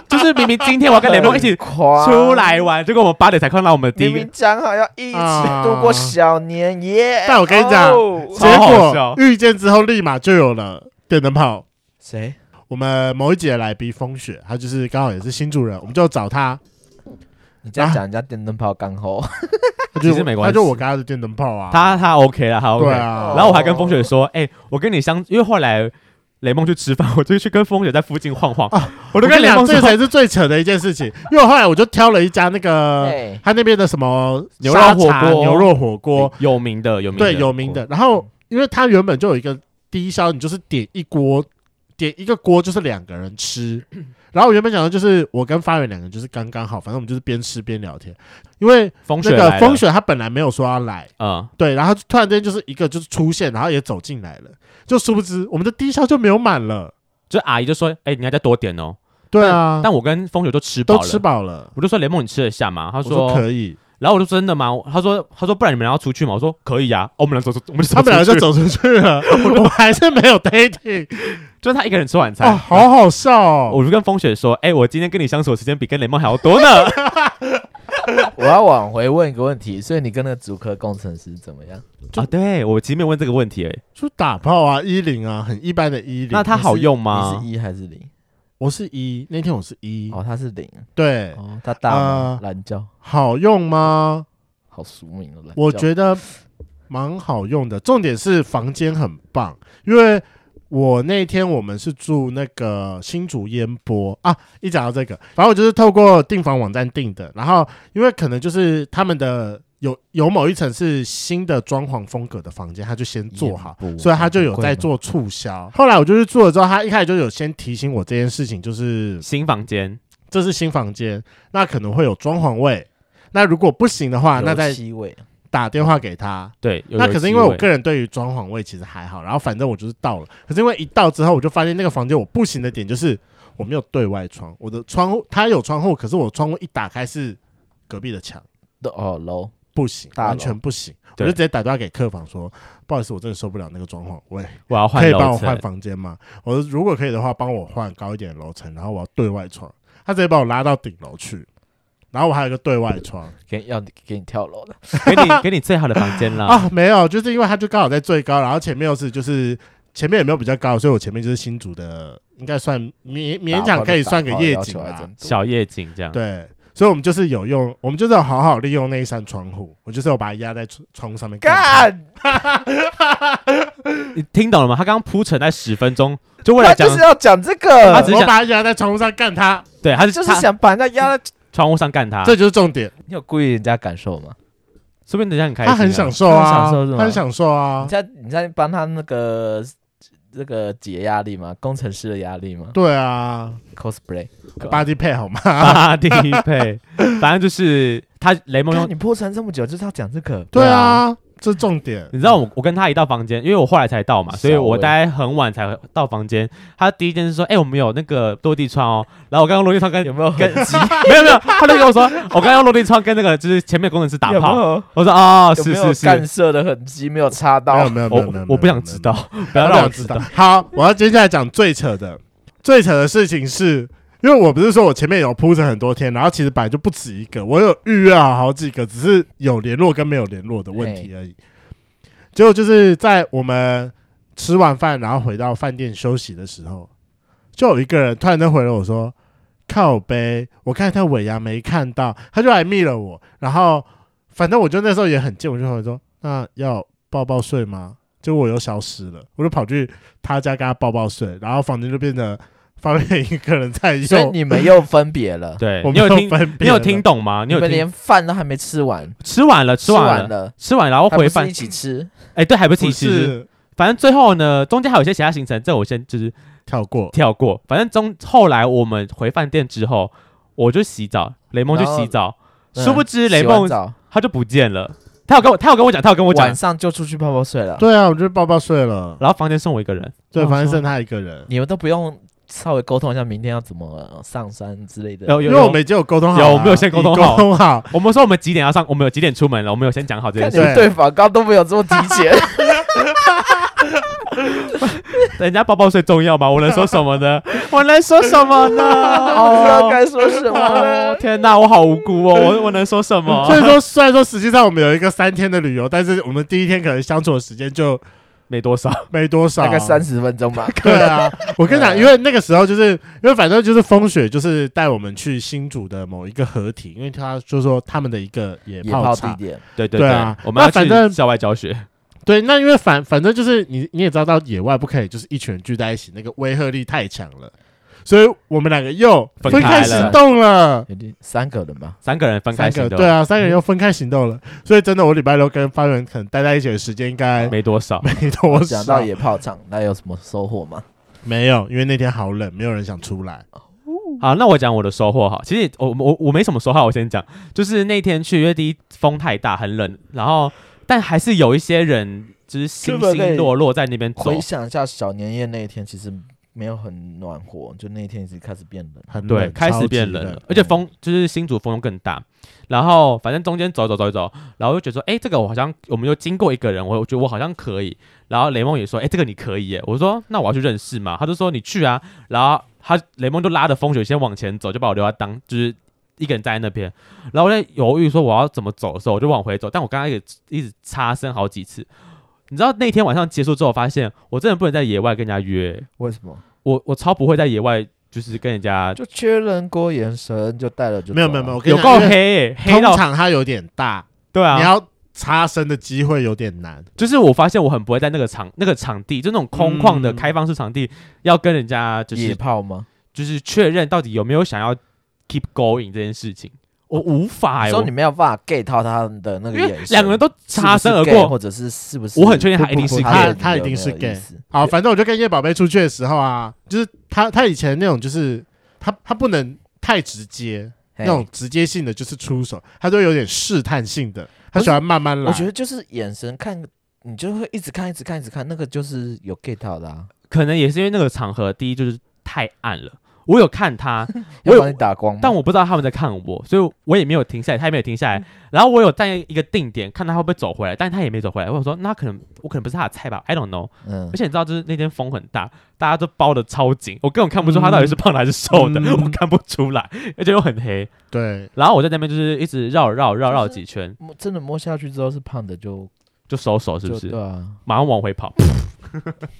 Speaker 2: 就是明明今哎天我要跟雷梦一 起
Speaker 3: 狂
Speaker 2: 出。来玩，结果我们八点才看到我们的第一
Speaker 3: 明
Speaker 2: 个
Speaker 3: 明，讲好要一起度过小年夜，
Speaker 1: 但我跟你讲
Speaker 3: 哦
Speaker 1: 结
Speaker 2: 超好笑
Speaker 1: 果遇见之后立马就有了电灯泡。
Speaker 3: 谁？
Speaker 1: 我们某一节来宾风雪，他就是刚好也是新主人，我们就找他，
Speaker 3: 你这样讲人家电灯泡干吼，
Speaker 1: 他就
Speaker 2: 其实没关系
Speaker 1: 他就我跟他的电灯泡啊，
Speaker 2: 他他 OK 了，他 OK
Speaker 1: 对
Speaker 2: 了。
Speaker 1: 啊，
Speaker 2: 然后我还跟风雪说，哎，我跟你相，因为后来雷梦去吃饭，我就去跟风雪在附近晃晃
Speaker 1: 啊，
Speaker 2: 我
Speaker 1: 我
Speaker 2: 就
Speaker 1: 跟
Speaker 2: 跟
Speaker 1: 你
Speaker 2: 雷
Speaker 1: 讲，
Speaker 2: 梦
Speaker 1: 这个
Speaker 2: 说，
Speaker 1: 才是最扯的一件事情，因为我后来我就挑了一家那个
Speaker 3: 哎，
Speaker 1: 他那边的什么
Speaker 2: 牛肉
Speaker 1: 沙
Speaker 2: 火
Speaker 1: 茶
Speaker 2: 锅
Speaker 1: 牛肉火锅，
Speaker 2: 有名的嗯有名的哦
Speaker 1: 对，有名的。然后因为他原本就有一个低消，你就是点一锅，点一个锅就是两个人 吃。然后我原本想的就是我跟发源两个人就是刚刚好，反正我们就是边吃边聊天。因为
Speaker 2: 风雪
Speaker 1: 那个
Speaker 2: 来了
Speaker 1: 风雪他本来没有说要来，
Speaker 2: 嗯，
Speaker 1: 对，然后突然间就是一个就是出现，然后也走进来了，就殊不知我们的低消就没有满了。
Speaker 2: 就阿姨就说，哎，你要再多点哦。
Speaker 1: 对啊，
Speaker 2: 但我跟风雪都吃饱
Speaker 1: 都
Speaker 2: 了，
Speaker 1: 吃饱了。
Speaker 2: 我就说雷梦你吃得下吗？他
Speaker 1: 我说
Speaker 2: 说，
Speaker 1: 可以，
Speaker 2: 然后我就说真的吗？他说他说不然你们要出去吗？我说可以呀、哦我们俩走走，我们
Speaker 1: 他们两个就
Speaker 2: 走出去，
Speaker 1: 走出 去了，我们还是没有 dating
Speaker 2: 就是他一个人吃晚餐。
Speaker 1: 哦，好好笑哦！
Speaker 2: 我就跟风雪说，哎、我今天跟你相处的时间比跟雷梦还要多 呢。
Speaker 3: 我要往回问一个问题，所以你跟那个主科工程师怎么样？
Speaker 2: 啊，对我其实没有问这个问题、哎，
Speaker 1: 就打炮啊，一零啊，很一般的一零。
Speaker 2: 那它好用吗
Speaker 3: 你？是一还是零？
Speaker 1: 我是一，那天我是一、
Speaker 3: 哦，他是零，
Speaker 1: 对，
Speaker 3: 哦，他大吗
Speaker 1: 呃
Speaker 3: 懒觉，
Speaker 1: 好用吗？
Speaker 3: 好俗名哦，懒
Speaker 1: 我
Speaker 3: 觉
Speaker 1: 觉得蛮好用的，重点是房间很棒，因为我那天我们是住那个新竹烟波啊，一讲到这个，反正我就是透过订房网站订的，然后因为可能就是他们的。有有某一层是新的装潢风格的房间，他就先做好
Speaker 3: 烟，波
Speaker 1: 所以他就有
Speaker 3: 很贵
Speaker 1: 在
Speaker 3: 吗
Speaker 1: 做促销。后来我就去住了之后，他一开始就有先提醒我这件事情，就是
Speaker 2: 新房间
Speaker 1: 这是新房间，那可能会有装潢味。那如果不行的话，那
Speaker 3: 油
Speaker 1: 再
Speaker 3: 漆味，
Speaker 1: 打电话给他。
Speaker 2: 对，有
Speaker 1: 那可
Speaker 2: 油
Speaker 1: 是
Speaker 2: 漆
Speaker 1: 因为我
Speaker 2: 味
Speaker 1: 个人对于装潢味其实还好，然后反正我就是到了。可是因为一到之后，我就发现那个房间我不行的点就是我没有对外窗，我的窗户它有窗户，可是我窗户一打开是隔壁的墙，
Speaker 3: 都哦 low，
Speaker 1: 不行，
Speaker 3: 大楼
Speaker 1: 完全不行。我
Speaker 2: 对
Speaker 1: 就直接打电话给客房说，不好意思，我真的受不了那个装潢味，
Speaker 2: 我要
Speaker 1: 可
Speaker 2: 换
Speaker 1: 以帮
Speaker 2: 楼
Speaker 1: 我换
Speaker 2: 层，
Speaker 1: 房间吗？我说如果可以的话，帮我换高一点的楼层，然后我要对外窗。他直接把我拉到顶楼去，然后我还有一个对外窗
Speaker 3: 给你要你给你跳楼的，
Speaker 2: 给你给 你最好的房间啦。
Speaker 1: 啊，没有，就是因为他就刚好在最高，然后前面又是就是前面也没有比较高，所以我前面就是新竹的，应该算勉勉强可以算个夜景啊
Speaker 3: 吧
Speaker 1: 吧。。
Speaker 2: 小夜景这样，
Speaker 1: 对，所以我们就是有用，我们就是有好好利用那一扇窗户，我就是有把它压在窗窗户上面。啊
Speaker 3: 干，
Speaker 2: 你听懂了吗？他刚刚铺陈在十分钟，就为
Speaker 3: 他
Speaker 2: 了讲
Speaker 3: 就，是要讲这
Speaker 2: 他
Speaker 1: 我
Speaker 2: 只
Speaker 3: 个，
Speaker 2: 是想
Speaker 1: 把它压在窗户上干他，
Speaker 2: 对，他就
Speaker 3: 就是
Speaker 2: 他
Speaker 3: 想把人家压在。
Speaker 2: 窗户上干他，
Speaker 1: 这就是重点。
Speaker 3: 你有顾虑人家感受吗？
Speaker 2: 说不定人家很开心、
Speaker 1: 他
Speaker 2: 啊，
Speaker 1: 很享受
Speaker 3: 他很
Speaker 1: 啊
Speaker 3: 享受是，吗
Speaker 1: 他很享受啊
Speaker 3: 你。在你在帮他那个那个解压力吗？工程师的压力吗
Speaker 1: 对啊
Speaker 3: ？cosplay，
Speaker 1: ，body 配好吗？
Speaker 2: 八地配，反正就是他雷蒙
Speaker 3: 看
Speaker 2: 用
Speaker 3: 你破产这么久就是要讲这个，
Speaker 1: 对
Speaker 2: 对
Speaker 1: 啊
Speaker 2: 啊，
Speaker 1: 这重点。
Speaker 2: 你知道我我跟他一到房间，因为我后来才到嘛，所以我大概很晚才到房间。他第一件事说：“哎、我们有那个落地 窗哦。”然后我刚刚落地窗跟
Speaker 3: 有没有
Speaker 2: 跟
Speaker 3: 很
Speaker 2: 没有没有，他就跟我说：“我刚刚用落地窗跟那个就是前面工程师打
Speaker 3: 啊有没
Speaker 2: 炮。
Speaker 3: 有”
Speaker 2: 我说：“哦，
Speaker 3: 有没
Speaker 2: 是
Speaker 3: 有
Speaker 2: 是
Speaker 3: 干
Speaker 2: 是，
Speaker 3: 涉的痕迹没有插
Speaker 1: 没有
Speaker 3: 到？
Speaker 1: 没有没有没有没有，
Speaker 2: 我我不想
Speaker 1: 没有
Speaker 2: 知道，，不
Speaker 1: 没有没
Speaker 2: 要
Speaker 1: 有
Speaker 2: 让
Speaker 1: 我
Speaker 2: 我
Speaker 1: 不
Speaker 2: 知
Speaker 1: 想
Speaker 2: 道。
Speaker 1: 知道。好，我要接下来讲最扯的，最扯的事情是。因为我不是说我前面有铺着很多天，然后其实本来就不止一个，我有预约好好几个，只是有联络跟没有联络的问题而已。结果就是在我们吃完饭，然后回到饭店休息的时候，就有一个人突然间回了我说：“靠呗，我看他尾牙没看到，他就来密了我。”然后反正我就那时候也很贱，我就回说：“那要抱抱睡吗？”结果我又消失了，我就跑去他家跟他抱抱睡，然后房间就变得方便一个人在
Speaker 3: 所以
Speaker 1: 用。
Speaker 3: 你们又分别了，
Speaker 2: 对，
Speaker 1: 我
Speaker 2: 你
Speaker 1: 没有
Speaker 2: 有听
Speaker 1: 分
Speaker 2: 你
Speaker 1: 别
Speaker 2: 有
Speaker 1: 了
Speaker 2: 听？懂吗？你
Speaker 3: 你
Speaker 2: 有
Speaker 3: 们
Speaker 2: 听
Speaker 3: 连饭都还没吃完，
Speaker 2: 吃完了，吃
Speaker 3: 吃
Speaker 2: 完
Speaker 3: 完
Speaker 2: 了，
Speaker 3: 了，
Speaker 2: 吃完了，然后
Speaker 3: 还不
Speaker 2: 回
Speaker 3: 是
Speaker 2: 饭
Speaker 3: 一。起吃？
Speaker 2: 哎、对，还不是
Speaker 1: 不
Speaker 2: 一起吃。
Speaker 1: 是
Speaker 2: 反正最后呢，中间还有一些其他行程，这我先就是
Speaker 1: 跳过，
Speaker 2: 跳过。反正中后来我们回饭店之后，我就洗澡，雷蒙去洗澡，
Speaker 3: 嗯
Speaker 2: 殊不知雷
Speaker 3: 洗完
Speaker 2: 蒙
Speaker 3: 澡
Speaker 2: 他就不见了。他有跟我，他有跟我讲，他有跟我讲
Speaker 3: 晚，上就出去泡泡睡了，
Speaker 1: 对啊，我就抱抱睡了，
Speaker 2: 然后房间剩我一个人，
Speaker 1: 对，
Speaker 2: 我
Speaker 1: 房间
Speaker 2: 说
Speaker 1: 剩他一个人。
Speaker 3: 你们都不用稍微沟通一下明天要怎么呃上山之类的。
Speaker 2: 有
Speaker 1: 因
Speaker 2: 有
Speaker 1: 为我
Speaker 2: 有
Speaker 1: 们已经有沟通好了啊，
Speaker 2: 有我们有先沟通
Speaker 1: 已
Speaker 2: 好
Speaker 1: 沟通好，
Speaker 2: 我们说我们几点要上，我们有几点出门了，我们有先讲好这件
Speaker 3: 看
Speaker 2: 事。
Speaker 3: 你们
Speaker 1: 对
Speaker 3: 对访刚都没有这么提 前，
Speaker 2: 人家抱抱睡重要吗？我能说什么呢？我能说什么 呢？
Speaker 3: 不知道
Speaker 2: 哦，
Speaker 3: 该说什么了。
Speaker 2: 天哪，我好无辜哦，我我能说什么？
Speaker 1: 所以说，虽然说实际上我们有一个三天的旅游，但是我们第一天可能相处的时间就
Speaker 2: 没多少，
Speaker 1: 没多少，
Speaker 3: 大概三十 分钟吧。
Speaker 1: 对啊，我跟你讲，
Speaker 3: 对啊
Speaker 1: 因为那个时候就是因为反正就是风雪，就是带我们去新竹的某一个合体，因为他就说他们的一个野
Speaker 3: 野炮
Speaker 1: 炮
Speaker 3: 地
Speaker 1: 场。
Speaker 3: 点，
Speaker 2: 对对
Speaker 1: 对啊
Speaker 2: 我们要
Speaker 1: 那反正
Speaker 2: 去校外教学，
Speaker 1: 对，那因为反反正就是你你也知道，到野外不可以就是一群人聚在一起，那个威慑力太强了，所以我们两个又
Speaker 2: 分
Speaker 1: 分
Speaker 2: 开
Speaker 1: 开
Speaker 2: 了
Speaker 1: 行动了。
Speaker 3: 有点三个人吧。
Speaker 2: 三个人分开
Speaker 1: 三个
Speaker 2: 行动，
Speaker 1: 对啊，三个人又分开行动了，所以真的我礼拜六跟发源可能待在一起的时间应该
Speaker 2: 没多少。
Speaker 1: 没多
Speaker 3: 讲
Speaker 1: 少
Speaker 3: 到，野炮场，那有什么收获吗？
Speaker 1: 没有，因为那天好冷，没有人想出来。嗯
Speaker 2: 好，那我讲我的收获哈。其实我我我没什么收获，我先讲，就是那天去，因为第一风太大，很冷，然后但还是有一些人就是
Speaker 3: 是
Speaker 2: 星
Speaker 3: 不是可以
Speaker 2: 星落落在那边走啊
Speaker 3: 回。想一下小年夜那一天，其实没有很暖和，就那一天已经开始变冷。
Speaker 1: 很冷
Speaker 2: 对，开始变冷
Speaker 1: 嗯超级嗯
Speaker 2: 了，而且风就是新竹风又更大，然后反正中间走一走走一走，然后我就觉得说，哎、这个我好像，我们又经过一个人，我我觉得我好像可以，然后雷蒙也说，哎、这个你可以耶，我说那我要去认识嘛，他就说你去啊，然后他雷蒙就拉着风雪先往前走，就把我留在当就是一个人站在那边，然后我在犹豫说我要怎么走的时候，我就往回走，但我刚刚也一直擦身好几次，你知道那天晚上结束之后，发现我真的不能在野外跟人家约，
Speaker 3: 为什么？
Speaker 2: 我我超不会在野外。就是跟人家
Speaker 3: 就缺人锅眼神就带了就
Speaker 1: 没有
Speaker 3: 走
Speaker 1: 没有
Speaker 3: 了
Speaker 1: 没有，我跟
Speaker 2: 有
Speaker 1: 你
Speaker 2: 够
Speaker 1: 讲，
Speaker 2: 黑
Speaker 1: 因为
Speaker 2: 欸、黑
Speaker 1: 通
Speaker 2: 到
Speaker 1: 常它有点大，
Speaker 2: 对
Speaker 1: 你
Speaker 2: 啊，
Speaker 1: 要擦身的机会有点难。
Speaker 2: 就是我发现我很不会在那个场那个场地，就那种空旷的
Speaker 1: 嗯
Speaker 2: 开放式场地，要跟人家就
Speaker 3: 野
Speaker 2: 是
Speaker 3: 炮吗？
Speaker 2: 就是确认到底有没有想要 keep going 这件事情，我无法、欸，
Speaker 3: 说
Speaker 2: 我
Speaker 3: 你没有办法 get 到他的那
Speaker 2: 因
Speaker 3: 个
Speaker 2: 为
Speaker 3: 眼神，
Speaker 2: 两个人都
Speaker 3: 是不是
Speaker 2: 擦身而
Speaker 3: gay，
Speaker 2: 过，
Speaker 3: 或者是是不是？
Speaker 2: 我很确定他一定
Speaker 3: 不
Speaker 2: 是
Speaker 3: 不
Speaker 2: gay，
Speaker 1: 他他一定是 gay 好，反正我就跟叶宝贝出去的时候啊，就是他他以前那种就是他他不能太直接，那
Speaker 3: 那
Speaker 1: 种直接性的就是出手，他都有点试探性的，他喜欢慢慢来。
Speaker 3: 我觉得就是眼神看，你就会一直看，一直看，一直看，那个就是有 get 到的啊。
Speaker 2: 可能也是因为那个场合，第一就是太暗了。我有看 他，我
Speaker 3: 要
Speaker 2: 有
Speaker 3: 帮你打光吗，
Speaker 2: 但我不知道他们在看我，所以我也没有停下来，他也没有停下
Speaker 3: 嗯
Speaker 2: 来。然后我有在一个定点看他会不会走回来，但他也没走回来。我想说，那可能我可能不是他的菜吧，I don't know。
Speaker 3: 嗯
Speaker 2: 而，且你知道，就是那天风很大，大家都包的超紧，我根本看不出他到底是胖的还是瘦的，
Speaker 1: 嗯
Speaker 2: 我看不出来，而且又很黑。
Speaker 1: 对，
Speaker 2: 然后我在那边就是一直绕绕绕绕几圈，
Speaker 3: 摸真的摸下去之后是胖的就
Speaker 2: 就收手，是
Speaker 3: 就
Speaker 2: 不是？
Speaker 3: 对啊。
Speaker 2: 马上往回跑。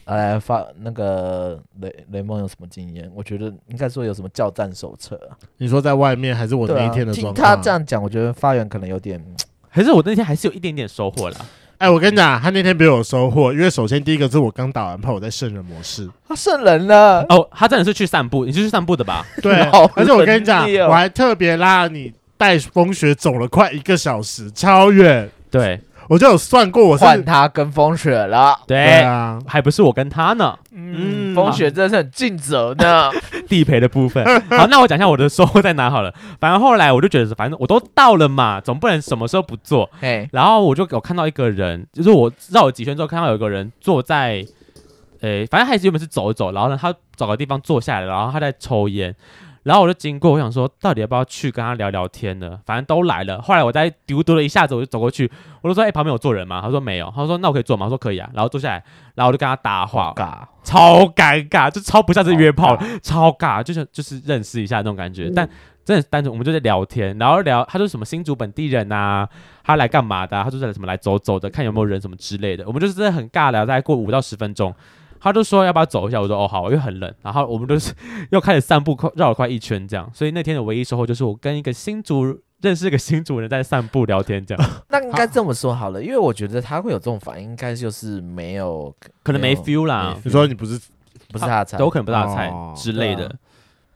Speaker 3: 啊来发那个雷雷蒙有什么经验？我觉得应该说有什么教战手册啊。
Speaker 1: 你说在外面还是我
Speaker 3: 对
Speaker 1: 那
Speaker 3: 啊
Speaker 1: 一天的
Speaker 3: 听
Speaker 1: 状
Speaker 3: 他
Speaker 1: 况
Speaker 3: 这。样讲，我觉得发源可能有点
Speaker 2: 可是我那天还是有一点点收获啦。
Speaker 1: 哎，我跟你讲，他那天比我有收获，因为首先第一个是我刚打完炮，我在圣人模 式。
Speaker 3: 他圣人了。
Speaker 2: 哦，他真的是去散步，你是去散步的吧？
Speaker 1: 对
Speaker 3: 好，
Speaker 1: 而且我跟你讲
Speaker 3: 神秘，哦
Speaker 1: 我还特别拉你带风雪走了快一个小时，超远。
Speaker 2: 对
Speaker 1: 我就有算过，我是
Speaker 3: 换哎他跟风雪了，
Speaker 2: 对。
Speaker 1: 对啊，
Speaker 2: 还不是我跟他呢，
Speaker 1: 嗯
Speaker 3: 风雪真的是很尽责呢。
Speaker 2: 地陪的部分。好，那我讲一下我的收获在哪好了。反正后来我就觉得，反正我都到了嘛，总不能什么时候不做。
Speaker 3: 嘿，
Speaker 2: 然后我就有看到一个人，就是我绕了几圈之后，看到有一个人坐在，呃，反正他也是原本是走一走，然后呢，他找个地方坐下来，然后他在抽烟。然后我就经过，我想说，到底要不要去跟他聊聊天呢？反正都来了。后来我在丢丢了一下子，我就走过去，我就说：“哎、旁边有坐人吗？”他说：“没有。”他说：“那我可以坐吗？”我说：“可以啊。”然后坐下来，然后我就跟他搭话，
Speaker 3: 尬，
Speaker 2: 超尴尬，就超不像是约炮
Speaker 3: 好，尬嗯
Speaker 2: 超尬，就是就是认识一下那种感觉。但真的是单纯，我们就在聊天，然后聊他就是什么新竹本地人啊，他来干嘛的啊、他就是来什么来走走的，看有没有人什么之类的。我们就是真的很尬聊，大概过五到十分钟。他就说要不要走一下，我说哦好，因为很冷。然后我们就是 又开始散步，快绕了快一圈这样。所以那天的唯一收获就是我跟一个新竹认识一个新竹人在散步聊天这样，
Speaker 3: 那应该这么说好了，因为我觉得他会有这种反应，应该就是没有，
Speaker 2: 可能没
Speaker 3: 没有
Speaker 2: feel 啦，
Speaker 1: 你说你不是
Speaker 3: 不是他的菜。
Speaker 2: 都可能不大菜
Speaker 1: 哦
Speaker 2: 之类的
Speaker 3: 对啊。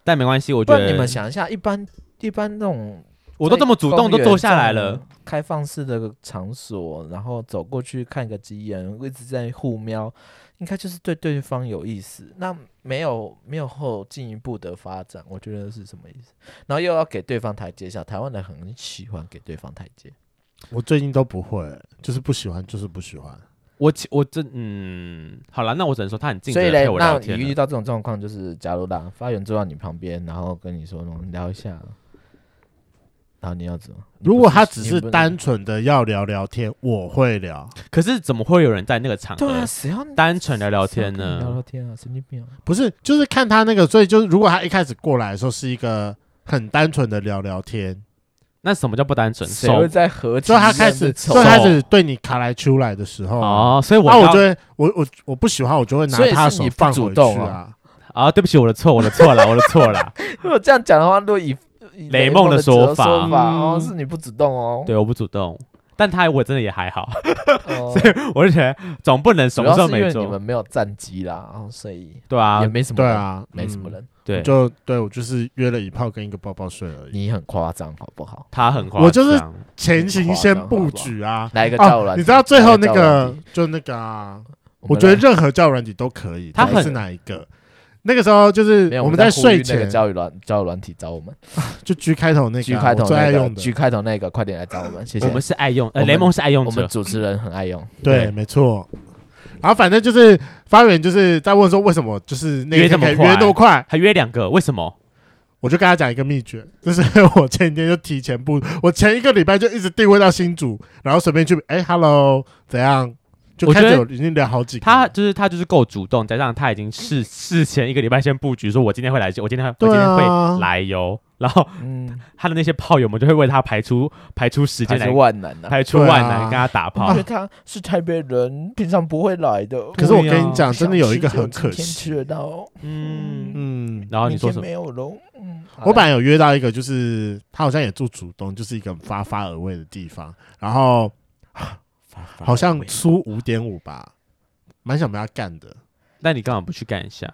Speaker 2: 但没关系，我
Speaker 3: 不
Speaker 2: 觉得
Speaker 3: 然你们想一下，一般一般那种
Speaker 2: 我都这么主动，都坐下来
Speaker 3: 在
Speaker 2: 了
Speaker 3: 公园这，种开放式的场所，然后走过去看个几眼，一直在互瞄，应该就是对对方有意思。那没有没有后进一步的发展，我觉得是什么意思？然后又要给对方台阶下，台湾人很喜欢给对方台阶。
Speaker 1: 我最近都不会，就是不喜欢，就是不喜欢。
Speaker 2: 我其我真嗯，好了，那我只能说他很尽责
Speaker 3: 所
Speaker 2: 地
Speaker 3: 以嘞
Speaker 2: 陪，我
Speaker 3: 那
Speaker 2: 聊
Speaker 3: 你
Speaker 2: 天
Speaker 3: 遇
Speaker 2: 了。
Speaker 3: 到这种状况，就是假如啦，发源坐到你旁边，然后跟你说，我们聊一下，然后你要怎么？
Speaker 1: 如果他只
Speaker 3: 你
Speaker 1: 是
Speaker 3: 不能
Speaker 1: 单纯的要聊聊天，我会聊，
Speaker 2: 可是怎么会有人在那个场
Speaker 3: 对啊，
Speaker 2: 合
Speaker 3: 谁要谁要
Speaker 2: 单纯聊聊天
Speaker 3: 跟你聊聊
Speaker 2: 呢？
Speaker 3: 天啊，神经病啊！
Speaker 1: 不是就是看他那个。所以就是，如果他一开始过来的时候是一个很单纯的聊聊天，
Speaker 2: 那什么叫不单纯？
Speaker 3: 谁会
Speaker 2: 手
Speaker 3: 在合体
Speaker 1: 就他
Speaker 3: 上
Speaker 1: 开
Speaker 3: 面
Speaker 1: 始
Speaker 3: 走
Speaker 1: 就开始对你卡来出来的时候，
Speaker 3: 啊
Speaker 2: 哦，所以我
Speaker 1: 那我
Speaker 2: 要
Speaker 1: 就会我我我不喜欢，我就会拿
Speaker 3: 所以是
Speaker 1: 他的手
Speaker 3: 你不
Speaker 1: 放
Speaker 3: 主
Speaker 1: 回去
Speaker 3: 动
Speaker 1: 啊。
Speaker 2: 啊，对不起，我的错，我的错了，我的错了。
Speaker 3: 如果这样讲的话，如果以以
Speaker 2: 雷
Speaker 3: 梦
Speaker 2: 梦的
Speaker 3: 的
Speaker 2: 说
Speaker 3: 法，
Speaker 2: 法
Speaker 3: 哦，
Speaker 1: 嗯
Speaker 3: 是你不主动哦。
Speaker 2: 对，我不主动，但他我真的也还好，
Speaker 3: 哦，
Speaker 2: 我就觉得总不能什
Speaker 3: 主
Speaker 2: 么
Speaker 3: 要
Speaker 2: 时候
Speaker 3: 是因
Speaker 2: 没
Speaker 3: 为你
Speaker 2: 做
Speaker 3: 们，没有战机啦，然后所以
Speaker 2: 对啊
Speaker 3: 也，没什么
Speaker 1: 对
Speaker 3: 人，
Speaker 1: 啊，
Speaker 3: 没什
Speaker 1: 嗯。
Speaker 3: 么人。
Speaker 2: 对，
Speaker 1: 就对我就是约了一炮跟一个抱抱睡而已。
Speaker 3: 你很夸张，好不好？
Speaker 2: 他很夸张，
Speaker 1: 我就是前行先布局啊。
Speaker 3: 来一个叫
Speaker 1: 哦，
Speaker 3: 软体，
Speaker 1: 你知道最后那
Speaker 3: 来一交友软
Speaker 1: 个
Speaker 3: 体，
Speaker 1: 就那个啊，
Speaker 3: 我
Speaker 1: 我
Speaker 3: 们
Speaker 1: 觉得
Speaker 3: 来
Speaker 1: 任何交友软体都可以，
Speaker 2: 他
Speaker 1: 只是
Speaker 2: 很
Speaker 1: 哪一个？那个时候就是
Speaker 3: 没有
Speaker 1: 我们
Speaker 3: 在呼
Speaker 1: 睡
Speaker 3: 吁那个
Speaker 1: 前
Speaker 3: 交友软交友软体找我们
Speaker 1: 就 G 开头那个啊
Speaker 3: ，G 开头
Speaker 1: 我最爱
Speaker 3: 那个
Speaker 1: 用的
Speaker 3: ，G，开头那个，快点来找我们，谢谢
Speaker 2: 我。们是爱用，呃，
Speaker 3: 我们
Speaker 2: 雷蒙是爱用
Speaker 3: 我们
Speaker 2: 者，
Speaker 3: 主持人很爱用，
Speaker 1: 对，没错。然后反正就是发源就是在问说为什么就是那
Speaker 2: 约
Speaker 1: 个
Speaker 2: 这么
Speaker 1: 可以
Speaker 2: 快
Speaker 1: 约那么快，
Speaker 2: 还约两个，为什么？
Speaker 1: 我就跟他讲一个秘诀，就是 我前几天就提前布，我前一个礼拜就一直定位到新组，然后随便去，哎、h e l l o 怎样？就
Speaker 2: 我
Speaker 1: 开
Speaker 2: 觉
Speaker 1: 始
Speaker 2: 得
Speaker 1: 有已经聊好几个
Speaker 2: 他就是他就是够主动，加上他已经事事前一个礼拜先布局，说我今天会来，我今天我
Speaker 1: 嗯
Speaker 2: 今
Speaker 1: 对
Speaker 2: 天
Speaker 1: 啊
Speaker 2: 会来哟。然后
Speaker 3: 嗯，
Speaker 2: 他的那些炮友们就会为他排出排出时
Speaker 3: 他
Speaker 2: 间
Speaker 3: 是
Speaker 2: 来
Speaker 3: 万能的，
Speaker 2: 排出
Speaker 1: 对啊
Speaker 2: 万难跟他打
Speaker 3: 因
Speaker 2: 炮
Speaker 3: 为。他是台北人，平常不会来的。
Speaker 1: 可是我跟
Speaker 2: 对啊
Speaker 1: 你讲，真的有一个很
Speaker 3: 想
Speaker 1: 可
Speaker 3: 吃就今天
Speaker 1: 惜，
Speaker 3: 吃得到，
Speaker 2: 嗯，
Speaker 1: 嗯，
Speaker 2: 然后你说
Speaker 3: 明
Speaker 2: 什么？
Speaker 3: 天没有喽。嗯，
Speaker 1: 我本来有约到一个，就是他好像也住竹东，就是一个发发而味的地方，然后啊好像出五点五吧，蛮想被他干的，
Speaker 2: 那你干嘛不去干一下？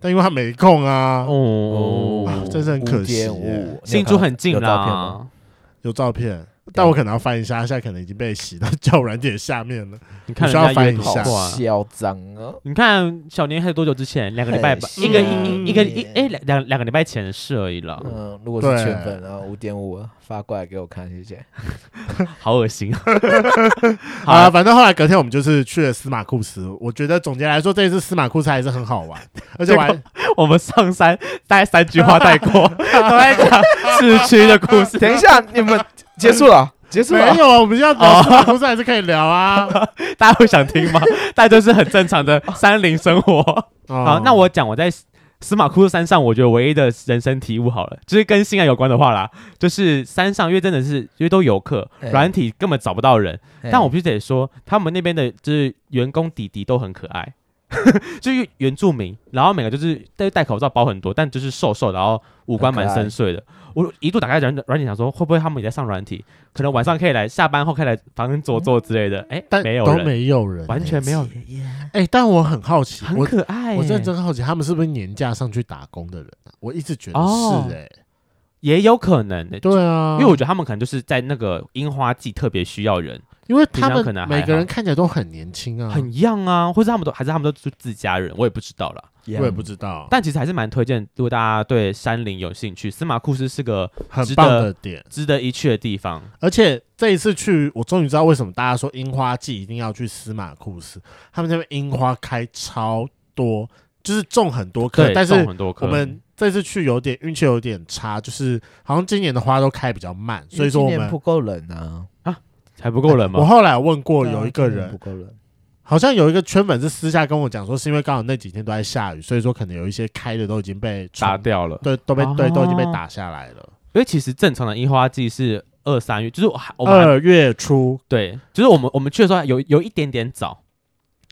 Speaker 1: 但因为他没空啊，
Speaker 2: 哦，
Speaker 1: 真是很可惜耶
Speaker 3: 五
Speaker 2: 新竹很近啊
Speaker 3: 有照片吗？
Speaker 2: 啦，
Speaker 1: 有照片，但我可能要翻一下，他现在可能已经被洗到交友软件下面了，
Speaker 2: 你看
Speaker 1: 你需要
Speaker 2: 人家约
Speaker 1: 翻一
Speaker 2: 多
Speaker 1: 下
Speaker 2: 少
Speaker 3: 好
Speaker 2: 啊？
Speaker 3: 嚣张啊！
Speaker 2: 你看小年还有多久之前？两个礼拜吧，
Speaker 3: 很
Speaker 2: 一个
Speaker 1: 像
Speaker 2: 一一个一哎两两两个礼拜前的事而已了，
Speaker 3: 啊嗯，如果是
Speaker 1: 对
Speaker 3: 圈粉啊，五点五发过来给我看，谢谢。
Speaker 2: 好恶心。好
Speaker 1: 啊，
Speaker 2: 啊，
Speaker 1: 反正后来隔天我们就是去了司马库斯，我觉得总结来说，这一次司马库斯还是很好 玩，而且我还
Speaker 2: 我们上山大概三句话带过， 都在讲市区的故事。
Speaker 3: 等一，下，你们结束了，结束
Speaker 1: 没
Speaker 3: 了。
Speaker 1: 有啊，我们现在聊司马库斯还是可以聊啊。
Speaker 2: 大家会想听吗？大家就是很正常的山林生活。好
Speaker 1: 好，
Speaker 2: 那我讲我在司马库斯山上，我觉得唯一的人生体悟好了，就是跟性爱有关的话啦，就是山上因为真的是因为都游客，
Speaker 3: 哎
Speaker 2: 软体根本找不到人，
Speaker 3: 嘿
Speaker 2: 但我必须得说，他们那边的就是员工弟弟都很可爱，就是原住民，然后每个就是戴戴口罩包很多，但就是瘦瘦，然后五官蛮深邃的。我一度打开软软体想说，会不会他们也在上软体？可能晚上可以来，下班后可以来房间坐坐之类的。哎、
Speaker 1: 但
Speaker 2: 没有
Speaker 1: 哦都
Speaker 2: 人，
Speaker 1: 没有人，
Speaker 2: 完全没有人，
Speaker 1: 哎、但我很好奇，
Speaker 2: 很
Speaker 1: 我
Speaker 2: 可爱、
Speaker 3: 哎
Speaker 1: 我认
Speaker 2: 真
Speaker 1: 真好奇，他们是不是年假上去打工的人啊？我一直觉得
Speaker 2: 哦
Speaker 1: 是哎、
Speaker 2: 也有可能的、
Speaker 1: 对啊，
Speaker 2: 因为我觉得他们可能就是在那个樱花季特别需要人，
Speaker 1: 因为
Speaker 2: 平
Speaker 1: 他
Speaker 2: 常可能
Speaker 1: 们每
Speaker 2: 还
Speaker 1: 个人
Speaker 2: 好
Speaker 1: 看起来都很年轻啊，
Speaker 2: 很一样啊，或者他们都还是他们都是自家人，我也不知道啦。
Speaker 1: 我也不知道，
Speaker 2: 但其实还是蛮推荐，如果大家对山林有兴趣，司马库斯是个
Speaker 1: 很
Speaker 2: 值
Speaker 1: 棒
Speaker 2: 得
Speaker 1: 的点。
Speaker 2: 值得一去的地方。
Speaker 1: 而且这一次去，我终于知道为什么大家说樱花季一定要去司马库斯，他们那边樱花开超多，就是种很多棵
Speaker 2: 对，，
Speaker 1: 但
Speaker 2: 种
Speaker 1: 是
Speaker 2: 很多棵
Speaker 1: 我们这次去有点运气有点差，就是好像今年的花都开比较慢，
Speaker 3: 因为
Speaker 1: 所以说我
Speaker 3: 今年
Speaker 1: 们
Speaker 3: 不够冷啊，
Speaker 2: 还不够冷
Speaker 1: 我
Speaker 2: 吗？
Speaker 1: 后来问过
Speaker 3: 对啊
Speaker 1: 有一个
Speaker 3: 今年
Speaker 1: 人
Speaker 3: 不，够冷，
Speaker 1: 好像有一个圈粉是私下跟我讲说，是因为刚好那几天都在下雨，所以说可能有一些开的都已经被冲
Speaker 2: 打，掉了。
Speaker 1: 对，都被、对
Speaker 2: 哦
Speaker 1: 都已经被打下来了。
Speaker 2: 因为其实正常的樱花季是二三月，就是我还我们还
Speaker 1: 二月初，
Speaker 2: 对，就是我们我们去的时候有有一点点早，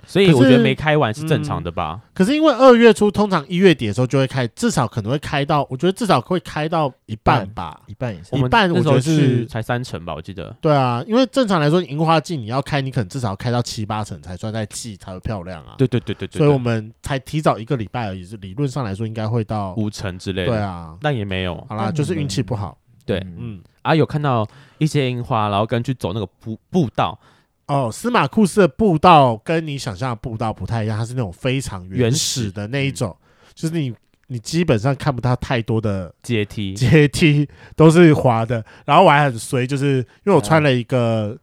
Speaker 2: 所以
Speaker 1: 可是
Speaker 2: 我觉得没开完是正常的吧。
Speaker 1: 可是因为二月初通常一月底的时候就会开，至少可能会开到，我觉得至少会开到一半吧。
Speaker 3: 一半以上
Speaker 2: 我
Speaker 1: 嗯。
Speaker 2: 们
Speaker 1: 一半
Speaker 2: 那时候
Speaker 1: 我觉得是
Speaker 2: 去才三成吧，我记得。
Speaker 1: 对啊，因为正常来说，樱花季你要开，你可能至少要开到七八成才算在季才会漂亮啊。
Speaker 2: 对对对对对，
Speaker 1: 所以我
Speaker 2: 对
Speaker 1: 们才提早一个礼拜而已，是理论上来说应该会到。
Speaker 2: 五成之类的，
Speaker 1: 对啊，
Speaker 2: 但也没有
Speaker 1: 好啦，就是运气不好。
Speaker 2: 对
Speaker 3: 嗯
Speaker 1: 嗯，
Speaker 2: 啊。有看到一些樱花，然后跟去走那个步步道，
Speaker 1: 哦，司马库斯的步道跟你想象的步道不太一样，它是那种非常
Speaker 2: 原
Speaker 1: 原
Speaker 2: 始嗯
Speaker 1: 始的那一种，就是你你基本上看不到太多的
Speaker 2: 阶梯，
Speaker 1: 阶梯，都是滑的。然后我还很
Speaker 2: 嗯
Speaker 1: 衰，就是因为我穿了一个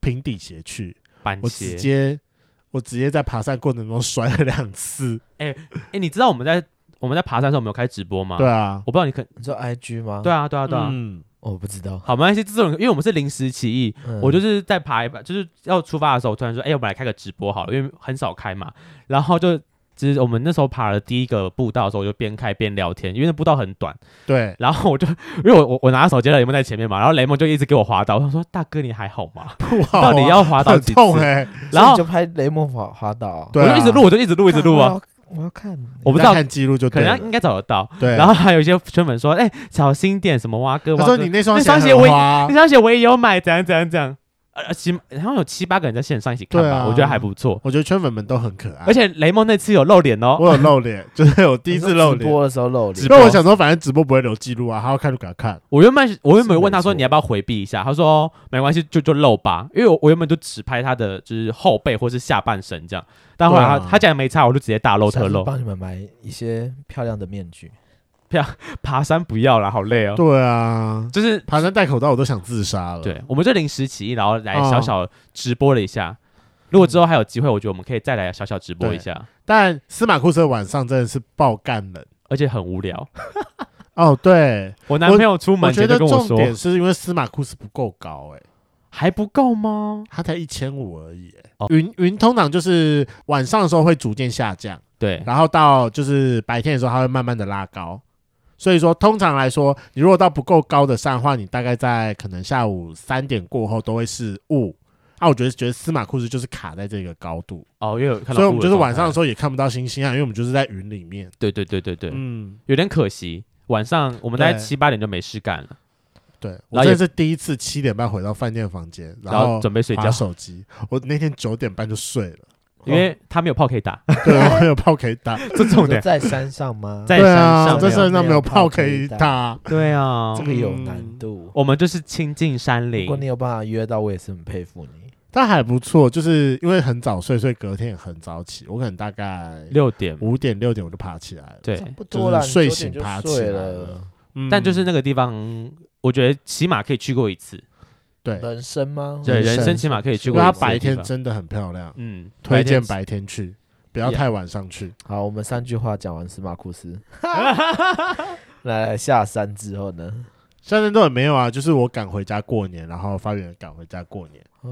Speaker 1: 平底鞋去，
Speaker 2: 板
Speaker 1: 我
Speaker 2: 鞋
Speaker 1: 直，接我直接在爬山过程中摔了两次。
Speaker 2: 哎、你知道我们在我们在爬山的时候，我们有开直播吗？
Speaker 1: 对，啊，
Speaker 2: 我不知道你可
Speaker 3: 你说 IG 吗？
Speaker 2: 对，啊，对啊，对啊。
Speaker 1: 嗯，
Speaker 3: 哦我不知道。
Speaker 2: 好，没关系，这种因为我们是临时起意，
Speaker 3: 嗯
Speaker 2: 我就是在爬一爬，就是要出发的时候，突然说，哎、我们来开个直播好了，因为很少开嘛。然后就其实我们那时候爬了第一个步道的时候，我就边开边聊天，因为那步道很短。
Speaker 1: 对，
Speaker 2: 然后我就因为我我我拿手机雷蒙在前面嘛，然后雷蒙就一直给我滑倒，我想说大哥你还好吗？
Speaker 1: 不好啊，
Speaker 2: 到底要滑倒
Speaker 1: 很
Speaker 2: 几次？
Speaker 1: 痛哎，
Speaker 2: 然
Speaker 3: 所以你
Speaker 2: 后
Speaker 3: 就拍雷蒙滑滑倒，
Speaker 1: 对啊
Speaker 2: 我就一直录，我就一直录，一直录啊，
Speaker 3: 干！我要我要看，
Speaker 2: 我
Speaker 1: 你
Speaker 2: 不知
Speaker 1: 再
Speaker 2: 道，
Speaker 1: 看记录就
Speaker 2: 可
Speaker 1: 对了。
Speaker 2: 能应该找得到。
Speaker 1: 对，
Speaker 2: 然后还有一些圈粉说，哎，小心点，什么蛙哥，
Speaker 1: 他
Speaker 2: 蛙
Speaker 1: 说
Speaker 2: 哥，
Speaker 1: 你那双
Speaker 2: 那双鞋
Speaker 1: 很
Speaker 2: 我也
Speaker 1: 滑
Speaker 2: 那双鞋我也有买，怎样怎样怎样，呃，起好像有七八个人在线上一起看
Speaker 1: 对
Speaker 2: 吧，
Speaker 1: 啊哎
Speaker 2: 我觉得还不错。
Speaker 1: 我觉得圈粉们都很可爱，
Speaker 2: 而且雷蒙那次有露脸哦，
Speaker 1: 我有露 脸，就是我第一次露
Speaker 3: 你说直
Speaker 1: 脸。
Speaker 3: 播的时候露脸
Speaker 2: 直，
Speaker 1: 那
Speaker 2: 播
Speaker 1: 我想说，反正直播不会留记录啊，他要看就给他看。
Speaker 2: 我原本我原
Speaker 3: 是没
Speaker 2: 本问他说
Speaker 3: 错
Speaker 2: 你要不要回避一下，他说哦没关系，就就露吧，因为我我原本就只拍他的就是后背或是下半身这样，但后来他、
Speaker 1: 对啊
Speaker 2: 他竟然没差，我就直接大露特
Speaker 3: 下次
Speaker 2: 露。
Speaker 3: 帮你们买一些漂亮的面 具。
Speaker 2: 爬山不要啦，好累哦。
Speaker 1: 对啊，
Speaker 2: 就是
Speaker 1: 爬山戴口罩我都想自杀了。，
Speaker 2: 对，我们就临时起意，然后来
Speaker 1: 哦
Speaker 2: 小小直播了一下。如果之后还有机会，我觉得我们可以再来小小直播一下，
Speaker 1: 但司马库斯的晚上真的是爆干冷。
Speaker 2: 而且很无聊。
Speaker 1: 哦，对，
Speaker 2: 我男朋友出
Speaker 1: 我
Speaker 2: 门
Speaker 1: 觉
Speaker 2: 前
Speaker 1: 得
Speaker 2: 就跟
Speaker 1: 重
Speaker 2: 说，
Speaker 1: 点是因为司马库斯不够高、哎，
Speaker 2: 还不够吗？
Speaker 1: 他才一千五而已、哎
Speaker 2: 哦
Speaker 1: 云云通常就是晚上的时候会逐渐下降，
Speaker 2: 对，
Speaker 1: 然后到就是白天的时候，它会慢慢的拉高。所以说，通常来说，你如果到不够高的山的话，你大概在可能下午三点过后都会是雾。啊，我觉得觉得司马库斯就是卡在这个高度，
Speaker 2: 哦，因为有看到
Speaker 1: 所以我们
Speaker 2: 雾
Speaker 1: 就是晚上
Speaker 2: 状
Speaker 1: 的
Speaker 2: 态，
Speaker 1: 时候也看不到星星啊，因为我们就是在云里面。
Speaker 2: 对对对对对，
Speaker 1: 嗯，
Speaker 2: 有点可惜。晚上我们大概
Speaker 1: 对
Speaker 2: 七八点就没事干了，
Speaker 1: 对，
Speaker 2: 然
Speaker 1: 我
Speaker 2: 后也
Speaker 1: 这是第一次七点半回到饭店房间，
Speaker 2: 然后
Speaker 1: 后
Speaker 2: 准备睡觉
Speaker 1: 划，手机。我那天九点半就睡了，哦
Speaker 2: 因为他没有炮可以打，
Speaker 1: 对我没有炮可以打，
Speaker 2: 这重
Speaker 3: 你说
Speaker 2: 点。
Speaker 3: 在山上吗？
Speaker 2: 在
Speaker 1: 对
Speaker 2: 山
Speaker 1: 啊，
Speaker 2: 上
Speaker 1: 在
Speaker 2: 没有
Speaker 1: 山上没
Speaker 3: 没有
Speaker 1: 有
Speaker 3: 炮
Speaker 1: 炮
Speaker 3: 可
Speaker 1: 可
Speaker 3: 以
Speaker 1: 以
Speaker 3: 打
Speaker 1: 打。
Speaker 2: 对啊
Speaker 3: 这，个有难度。
Speaker 2: 我们就是亲近山
Speaker 3: 如
Speaker 2: 林
Speaker 3: 果，你有办法约到，我也是很佩服你。
Speaker 1: 但还不错，就是因为很早睡，所以隔天也很早起。我可能大概
Speaker 2: 六点，
Speaker 1: 五点六点我就爬起来了，
Speaker 2: 对
Speaker 3: 差，不多啦，
Speaker 1: 就是睡
Speaker 3: 你九
Speaker 1: 醒
Speaker 3: 点就
Speaker 1: 爬起
Speaker 3: 睡
Speaker 1: 来
Speaker 3: 了。。
Speaker 1: 嗯
Speaker 2: 但就是那个地方，我觉得起码可以去过一次，
Speaker 1: 对，
Speaker 3: 人生吗？
Speaker 2: 对，
Speaker 1: 嗯人
Speaker 2: 人生
Speaker 1: 生
Speaker 2: 起码可以去
Speaker 1: 因
Speaker 2: 过
Speaker 1: 为它
Speaker 2: 一次的
Speaker 1: 白
Speaker 2: 地
Speaker 1: 天
Speaker 2: 方
Speaker 1: 真的很漂亮，
Speaker 2: 嗯，
Speaker 1: 推荐
Speaker 2: 白
Speaker 1: 白天去，不要
Speaker 2: Yeah
Speaker 1: 太晚上去。
Speaker 3: 好，我们三句话讲完司马 库斯。来来下山之后呢？
Speaker 1: 山上都很没有啊，就是我赶回家过年，然后发源也赶回家过年。
Speaker 3: 哦，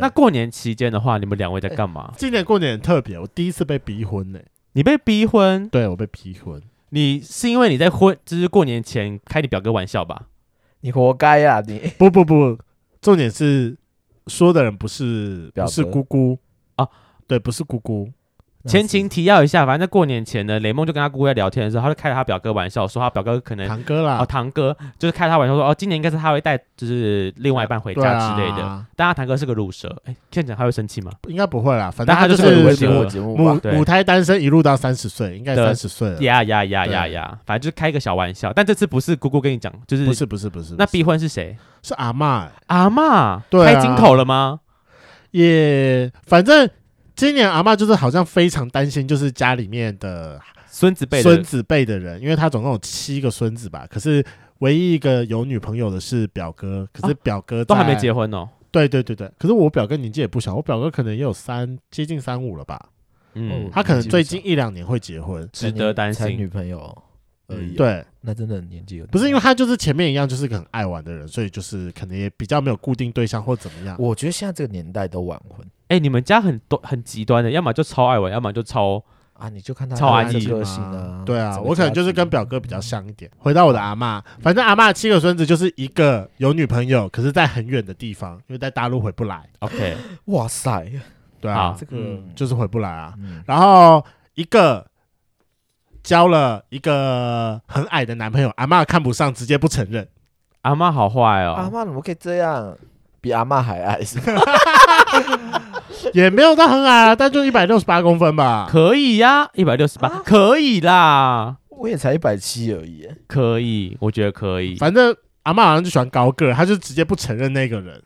Speaker 1: 对
Speaker 2: 那过年期间的话，你们两位在干嘛？
Speaker 1: 今年过年很特别，我第一次被逼婚呢、
Speaker 2: 你被逼婚，
Speaker 1: 对我被逼婚，
Speaker 2: 你是因为你在婚，就是过年前开你表哥玩笑吧？
Speaker 3: 你活该呀、你
Speaker 1: 不不不，重点是说的人不是
Speaker 3: 表
Speaker 1: 不是
Speaker 3: 哥
Speaker 1: 姑姑
Speaker 2: 啊，
Speaker 1: 对，不是姑姑，
Speaker 2: 前情提要一下，反正在过年前呢，雷蒙就跟他姑姑在聊天的时候，他就开了他表哥玩笑，说他表哥可能
Speaker 1: 堂哥啦，
Speaker 2: 哦堂哥就是开他玩笑说哦，今年应该是他会带就是另外一半回
Speaker 1: 对
Speaker 2: 家之类的。
Speaker 1: 啊，
Speaker 2: 但他堂哥是个乳蛇，哎，这样讲他会生气吗？
Speaker 1: 应该不会啦，反正
Speaker 2: 但他
Speaker 1: 就
Speaker 2: 就是
Speaker 3: 我以
Speaker 2: 个
Speaker 3: 为
Speaker 2: 乳
Speaker 3: 听
Speaker 2: 蛇
Speaker 1: 母
Speaker 3: 我节目吧
Speaker 1: 母？
Speaker 2: 对
Speaker 1: 母胎单身一路到三十岁，应该
Speaker 2: 的
Speaker 1: 三十岁了，
Speaker 2: 呀呀呀呀
Speaker 1: 对
Speaker 2: 呀！反正就开一个小玩笑，但这次不是姑姑跟你讲，就是
Speaker 1: 不是不是不是，
Speaker 2: 那
Speaker 1: 不是
Speaker 2: 逼婚是谁？
Speaker 1: 是阿嬷欸
Speaker 2: 阿嬷
Speaker 1: 对啊
Speaker 2: 开金口了吗？
Speaker 1: 也反正今年阿嬷就是好像非常担心，就是家里面的
Speaker 2: 孙子辈的
Speaker 1: 孙子辈的人，因为她总共有七个孙子吧，可是唯一一个有女朋友的是表哥，可是表哥
Speaker 2: 啊都
Speaker 1: 在
Speaker 2: 还没结婚哦。
Speaker 1: 对对对对，可是我表哥年纪也不小，我表哥可能也有三接近三五了吧，
Speaker 2: 嗯
Speaker 3: 嗯，
Speaker 1: 他可能
Speaker 3: 年纪不
Speaker 1: 最
Speaker 3: 小
Speaker 1: 近一两年会结婚。
Speaker 2: 值得担
Speaker 3: 才女
Speaker 2: 心。
Speaker 3: 朋友而已、
Speaker 2: 嗯，
Speaker 3: 啊
Speaker 1: 对，
Speaker 3: 那真的年纪有点
Speaker 1: 不是因为
Speaker 3: 大。
Speaker 1: 他就是前面一样，就是个很爱玩的人，所以就是可能也比较没有固定对象或怎么样。
Speaker 3: 我觉得现在这个年代都晚婚
Speaker 2: 哎，你们家很多很极端的，要么就超爱玩，要么就超
Speaker 3: 啊，你就看他
Speaker 2: 超安
Speaker 3: 的
Speaker 2: 逸
Speaker 3: 个性啊。
Speaker 1: 对啊，
Speaker 3: 整个
Speaker 1: 我可能就是
Speaker 3: 家
Speaker 1: 跟
Speaker 3: 庭
Speaker 1: 表哥比较像一点。回到我的阿嬷，反正阿嬷七个孙子就是一个有女朋友，可是在很远的地方，因为在大陆回不来。
Speaker 2: OK。
Speaker 3: 哇塞，
Speaker 1: 对
Speaker 2: 好
Speaker 1: 啊，
Speaker 3: 这个
Speaker 1: 嗯就是回不来啊。
Speaker 3: 嗯，
Speaker 1: 然后一个交了一个很矮的男朋友，阿嬷看不上，直接不承认。
Speaker 2: 阿嬷好坏
Speaker 3: 阿
Speaker 2: 哦，
Speaker 3: 妈怎么可以这样？比阿妈还矮 是吧？
Speaker 1: 也没有到很矮啊，但就一百六十八公分吧。
Speaker 2: 啊可以呀，一百六十八，可以啦，
Speaker 3: 我也才一百七而已。
Speaker 2: 可以，我觉得可以。
Speaker 1: 反正阿嬷好像就喜欢高个儿，她就直接不承认那个人。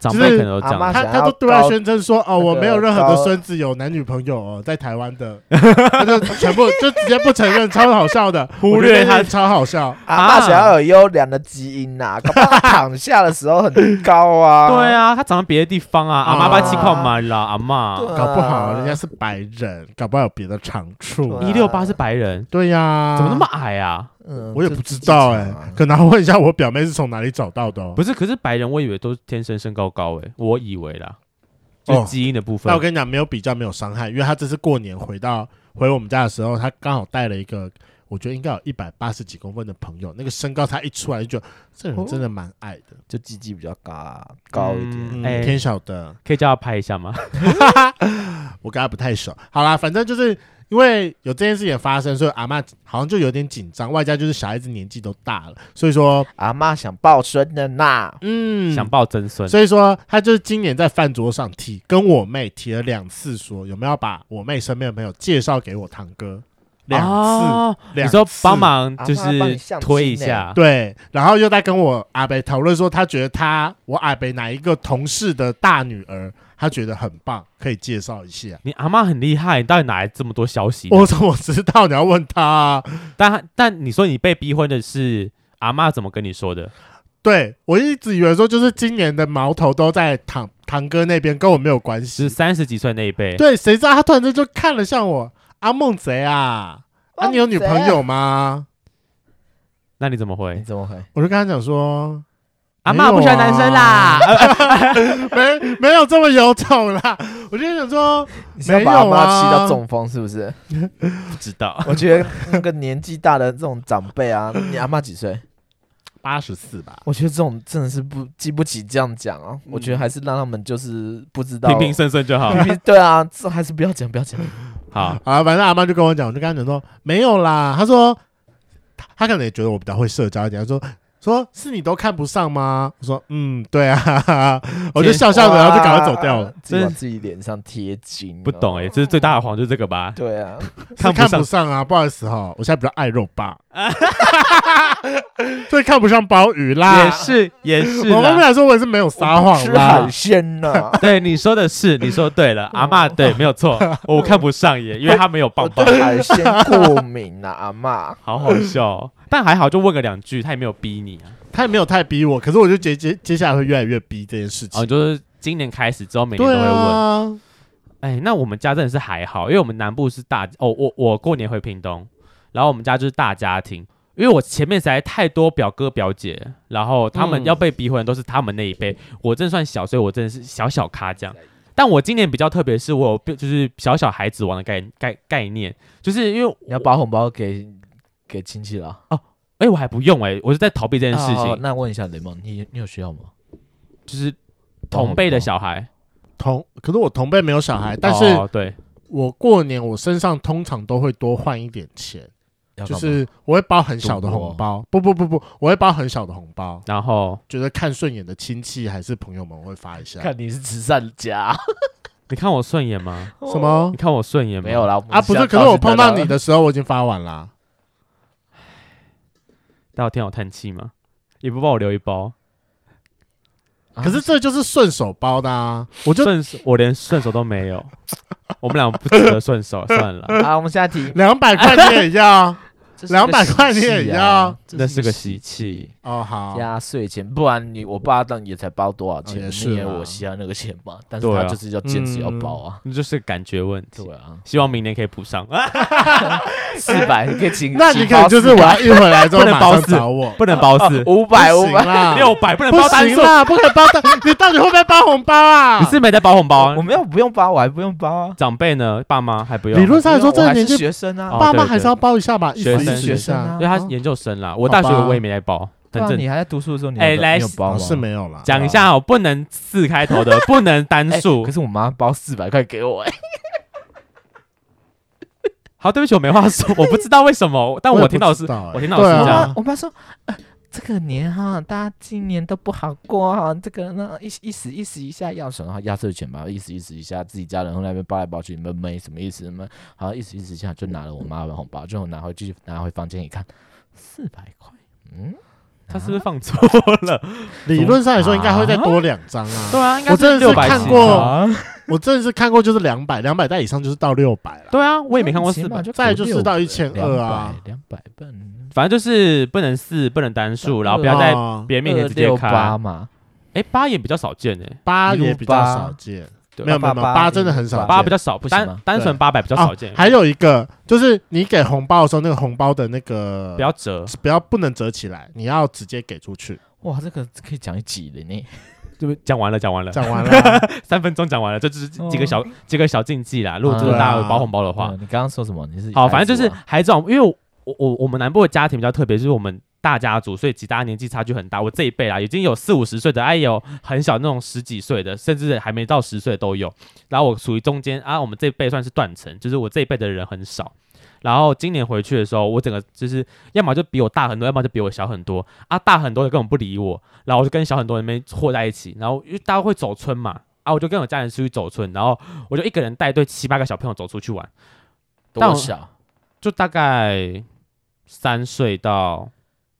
Speaker 2: 长
Speaker 1: 就
Speaker 2: 辈
Speaker 1: 是
Speaker 2: 可能有这
Speaker 3: 阿
Speaker 2: 样
Speaker 3: 嬷
Speaker 2: 子，
Speaker 1: 他
Speaker 3: 想
Speaker 1: 他
Speaker 3: 要
Speaker 1: 都对外
Speaker 3: 高
Speaker 1: 宣称说哦，
Speaker 3: 那
Speaker 1: 我
Speaker 3: 个
Speaker 1: 没有任何的
Speaker 3: 高
Speaker 1: 孙子有男女朋友哦，在台湾的，他就全部就直接不承认，超好笑的，
Speaker 2: 忽
Speaker 1: 我觉得
Speaker 2: 略
Speaker 1: 那
Speaker 2: 他
Speaker 1: 个超好笑。
Speaker 2: 啊
Speaker 3: 阿嬷想要有优良的基因呐、搞不好她躺下的时候很高 啊。
Speaker 2: 对啊，他长在别的地方啊，阿妈
Speaker 1: 啊
Speaker 2: 把气矿买了，阿妈
Speaker 3: 对啊，
Speaker 1: 搞不好人家是白人，搞不好有别的长处
Speaker 3: 对。
Speaker 2: 一六八是白人，
Speaker 1: 对呀，
Speaker 2: 啊怎么那么矮啊？
Speaker 3: 嗯，
Speaker 1: 我也
Speaker 3: 这
Speaker 1: 不知道
Speaker 3: 这
Speaker 1: 哎、
Speaker 3: 正常啊
Speaker 1: 可能要问一下我表妹是从哪里找到的、哦。
Speaker 2: 不是，可是白人我以为都是天生身高高诶，我以为啦，
Speaker 1: 哦
Speaker 2: 就基因的部分
Speaker 1: 那我。跟你讲，没有比较，没有伤害，因为她这次过年回到回我们家的时候，她刚好带了一个，我觉得应该有一百八十几公分的朋友，那个身高差一出来就觉得这人真的蛮矮的，
Speaker 3: 就鸡鸡比较高啊高一点。
Speaker 2: 嗯
Speaker 1: 嗯，
Speaker 2: 哎
Speaker 1: 天晓得，
Speaker 2: 可以叫他拍一下吗？
Speaker 1: 我跟她不太熟。好啦，反正就是因为有这件事情发生，所以阿嬷好像就有点紧张，外加就是小孩子年纪都大了，所以说，
Speaker 3: 阿嬷想抱孙的呐，
Speaker 1: 嗯，
Speaker 2: 想抱曾孙，
Speaker 1: 所以说，他就是今年在饭桌上提跟我妹提了两次说，有没有把我妹身边的朋友介绍给我堂哥两次，
Speaker 2: 哦
Speaker 1: 两
Speaker 2: 你
Speaker 1: 次
Speaker 2: 说帮忙
Speaker 3: 阿
Speaker 2: 就
Speaker 3: 嬷帮你
Speaker 2: 是
Speaker 3: 相
Speaker 2: 推一
Speaker 3: 亲欸
Speaker 2: 下，
Speaker 1: 对，然后又在跟我阿北讨论说，他觉得他我阿北哪一个同事的大女儿，他觉得很棒，可以介绍一下。
Speaker 2: 你阿妈很厉害，你到底哪来这么多消息呢？
Speaker 1: 我怎么知道？你要问他啊、
Speaker 2: 但但你说你被逼婚的是阿妈怎么跟你说的？
Speaker 1: 对我一直以为说，就是今年的矛头都在堂堂哥那边，跟我没有关
Speaker 2: 是
Speaker 1: 系。
Speaker 2: 三十几岁那一辈，
Speaker 1: 对，谁知道他突然间就看了向我，阿梦贼啊，啊，你有女朋友吗？
Speaker 2: 那你怎么
Speaker 3: 你
Speaker 2: 回？
Speaker 3: 怎么会？
Speaker 1: 我就跟他讲说，啊
Speaker 2: 阿妈不喜欢男生啦，
Speaker 1: 没没有这么有种啦。我就想说，
Speaker 3: 你是要把
Speaker 1: 没
Speaker 3: 阿
Speaker 1: 有啊
Speaker 3: 妈气到中风是不是？
Speaker 2: 不知道。
Speaker 3: 我觉得那个年纪大的这种长辈啊，你阿妈几岁？
Speaker 1: 八十四吧，
Speaker 3: 我觉得这种真的是不经不起这样讲啊。我觉得还是让他们就是不知 道
Speaker 2: 嗯平平顺 顺就好。
Speaker 3: 平平对啊，这还是不要讲不要讲。
Speaker 2: 好，
Speaker 1: 啊，反正阿妈就跟我讲，我就跟他讲说没有啦。他说他他可能也觉得我比较会社交一点，他说。说是你都看不上吗？我说嗯，对啊， 我就笑笑的，然后就赶快走掉了
Speaker 3: 哇。，自己往
Speaker 2: 真
Speaker 3: 自己脸上贴金哦，
Speaker 2: 不懂哎，这是最大的谎，就是这个吧？
Speaker 3: 对啊，
Speaker 1: 是
Speaker 2: 看不
Speaker 1: 看
Speaker 2: 上
Speaker 1: 不上啊，不好意思哈，我现在比较爱肉 吧，所以看不上鲍鱼啦。
Speaker 2: 也是也是
Speaker 1: 我们
Speaker 2: 啦，
Speaker 1: 来说，我也是没有撒
Speaker 3: 我不
Speaker 1: 谎
Speaker 3: 吃
Speaker 1: 啦
Speaker 3: 海。鲜啊呐。
Speaker 2: 对你说的是，你说 对了，阿妈对，没有错，我看不上眼，因为他没有
Speaker 3: 我
Speaker 2: 棒棒，
Speaker 3: 对海鲜过敏啊， 阿妈。
Speaker 2: 好好笑哦。但还好，就问个两句，他也没有逼你啊。
Speaker 1: 他也没有太逼我，可是我就接接接下来会越来越逼这件事情
Speaker 2: 哦，。就是今年开始之后，每年
Speaker 1: 对
Speaker 2: 都会问。
Speaker 1: 啊，
Speaker 2: 哎，那我们家真的是还好，因为我们南部是大哦，我我过年回屏东，然后我们家就是大家庭，因为我前面实在太多表哥表姐，然后他们
Speaker 1: 嗯
Speaker 2: 要被逼婚都是他们那一辈，我真的算小，所以我真的是小小咖这样。但我今年比较特别，是我有变就是小小孩子王的概概概念，就是因为我
Speaker 3: 你要包红包给给亲戚了。
Speaker 2: 哎、我还不用哎、我是在逃避这件事情，
Speaker 3: 哦那问一下雷蒙，你你有需要吗？
Speaker 2: 就是同辈的
Speaker 3: 包
Speaker 2: 小孩，
Speaker 1: 同，可是我同辈没有小孩，但是
Speaker 2: 哦、对，
Speaker 1: 我过年我身上通常都会多换一点钱，
Speaker 3: 红
Speaker 1: 就
Speaker 3: 包，要干嘛
Speaker 1: 是我会包很小的红包，不不不不，我会包很小的红包，
Speaker 2: 然后
Speaker 1: 觉得看顺眼的亲戚还是朋友们我会发一下。
Speaker 3: 看你是慈善家，
Speaker 2: 你看我顺眼吗？
Speaker 1: 什么
Speaker 2: 你看我顺眼吗？
Speaker 3: 没有啦？
Speaker 1: 啊？不是，可是我碰到你，的时候我已经发完啦。
Speaker 2: 大家有听我叹气吗？也不帮我留一包，
Speaker 1: 可是这就是顺手包的啊，我就
Speaker 2: 顺手我连顺手都没有，我们俩不值得顺手， 算了，
Speaker 3: 啊，我们 下题
Speaker 1: 两百块你也要
Speaker 3: 这是个
Speaker 1: 200块你也要
Speaker 3: 喜气啊啊
Speaker 2: 那是个
Speaker 3: 喜
Speaker 2: 喜气。
Speaker 1: 哦，好，
Speaker 3: 压岁钱，不然你我爸当也才包多少
Speaker 1: 哦也
Speaker 3: 钱，
Speaker 1: 是
Speaker 3: 你也
Speaker 1: 啦
Speaker 3: 我需要那个钱嘛，但是
Speaker 2: 对啊
Speaker 3: 他就是要坚持要包啊，
Speaker 2: 那就是感觉问题
Speaker 1: 嗯
Speaker 3: 对。啊，
Speaker 2: 希望明年可以补上啊！
Speaker 3: 四百你可以请，
Speaker 1: 那你可能就是我要一回来之后
Speaker 2: 不能
Speaker 1: 马
Speaker 2: 包
Speaker 1: 上
Speaker 2: 四
Speaker 1: 找我，
Speaker 2: 不能包四
Speaker 3: 五百
Speaker 1: 不
Speaker 3: 五
Speaker 1: 行啊
Speaker 3: 百，
Speaker 1: 啦，
Speaker 2: 六百，不能
Speaker 1: 不
Speaker 2: 包单
Speaker 1: 行啊
Speaker 2: 数。
Speaker 1: 啦，不可以包单，你到底会不会包红包啊？
Speaker 2: 你是没在包红包
Speaker 3: 我
Speaker 2: 啊？
Speaker 3: 没有不用包，我还不用包啊，
Speaker 2: 长辈呢？爸妈还不用
Speaker 1: 理。论上来说，
Speaker 3: 不
Speaker 1: 这
Speaker 3: 用
Speaker 1: 个
Speaker 3: 我还
Speaker 1: 年纪
Speaker 3: 是学生啊
Speaker 2: 哦，
Speaker 1: 爸
Speaker 2: 对
Speaker 1: 妈
Speaker 2: 对
Speaker 1: 还是要包一下吧，意思
Speaker 2: 学
Speaker 1: 意
Speaker 2: 生
Speaker 1: 思
Speaker 2: 学
Speaker 1: 一
Speaker 3: 生
Speaker 1: 下
Speaker 3: 啊
Speaker 2: 因哦为他是研究生啦，我大学我也没来包，很
Speaker 3: 对啊，
Speaker 2: 正
Speaker 3: 你还在读书的时候，你有
Speaker 2: 哎
Speaker 3: 包
Speaker 2: 来
Speaker 3: 你有包
Speaker 1: 哦
Speaker 3: 吗？
Speaker 1: 是没有啦。
Speaker 2: 讲一下哦，不能四开头的，不能单
Speaker 3: 哎
Speaker 2: 数
Speaker 3: 可。是我妈包四百块给我、哎，
Speaker 2: 好，对不起，我没话说，我不知道为什么，但
Speaker 1: 也
Speaker 2: 我
Speaker 1: 不
Speaker 2: 听到
Speaker 1: 知
Speaker 2: 是，
Speaker 1: 道欸
Speaker 2: 我听到
Speaker 1: 对
Speaker 2: 是这
Speaker 1: 啊
Speaker 2: 样
Speaker 3: 我妈，我妈说、呃这个年哈，大家今年都不好过哈，这个那一一时一时一下要什么压岁钱吧，一时一时一下自己家人后那边包来包去，你们没什么意思，你们好一时一时一下就拿了我妈的红包，最后拿回去拿回房间一看，四百块，嗯，
Speaker 2: 他是不是放错了？
Speaker 1: 理论上来说应该会再多两张啊。
Speaker 2: 对啊，应该
Speaker 1: 我真的
Speaker 2: 六
Speaker 1: 是
Speaker 2: 百
Speaker 1: 看
Speaker 2: 起
Speaker 1: 过
Speaker 2: 吧
Speaker 1: 啊我真的是看过，就是两百，两百袋以上就是到六百了。
Speaker 2: 对啊，我也没看过四
Speaker 3: 起码
Speaker 2: 百，
Speaker 3: 就
Speaker 1: 再来就是到
Speaker 3: 200
Speaker 1: 1200啊，
Speaker 3: 两百本，
Speaker 2: 反正就是不能四，不能单数，然后不要在
Speaker 1: 哦
Speaker 2: 别人面前直接
Speaker 3: 六八
Speaker 2: 开。
Speaker 3: 嘛，
Speaker 2: 哎，八也比较少见哎，
Speaker 1: 八也比较少见，
Speaker 2: 对
Speaker 1: 没有没有没有八真的很少见，
Speaker 2: 八比较少，
Speaker 3: 不行
Speaker 2: 单
Speaker 3: 吗
Speaker 2: 单纯八百比较少见，
Speaker 1: 还有一个就是你给红包的时候，那个红包的那个
Speaker 2: 不要折，
Speaker 1: 不要不能折起来，你要直接给出 去。
Speaker 3: 哇，这个可以讲一集了呢。
Speaker 2: 对不对？讲完了，讲完了，
Speaker 1: 讲完了，
Speaker 2: 三分钟讲完了，这只是几个小几个小禁忌啦。如果真
Speaker 3: 嗯
Speaker 2: 的
Speaker 3: 对啊
Speaker 2: 大家有包红包的话
Speaker 3: 哇，，你刚刚说什么？你是
Speaker 2: 好，反正就是
Speaker 3: 孩子啊
Speaker 2: 孩子王，因为我我我我们南部的家庭比较特别，就是我们大家族，所以其实大家年纪差距很大。我这一辈啦，已经有四五十岁的，哎、啊，也有很小那种十几岁的，甚至还没到十岁都有。然后我属于中间啊，我们这一辈算是断层，就是我这一辈的人很少。然后今年回去的时候，我整个就是要么就比我大很多，要么就比我小很多啊，大很多的根本不理我，然后我就跟小很多人那边和在一起，然后因为大家会走村嘛，啊，我就跟我家人出去走村，然后我就一个人带队七八个小朋友走出去玩，但我
Speaker 3: 多小，
Speaker 2: 就大概三岁到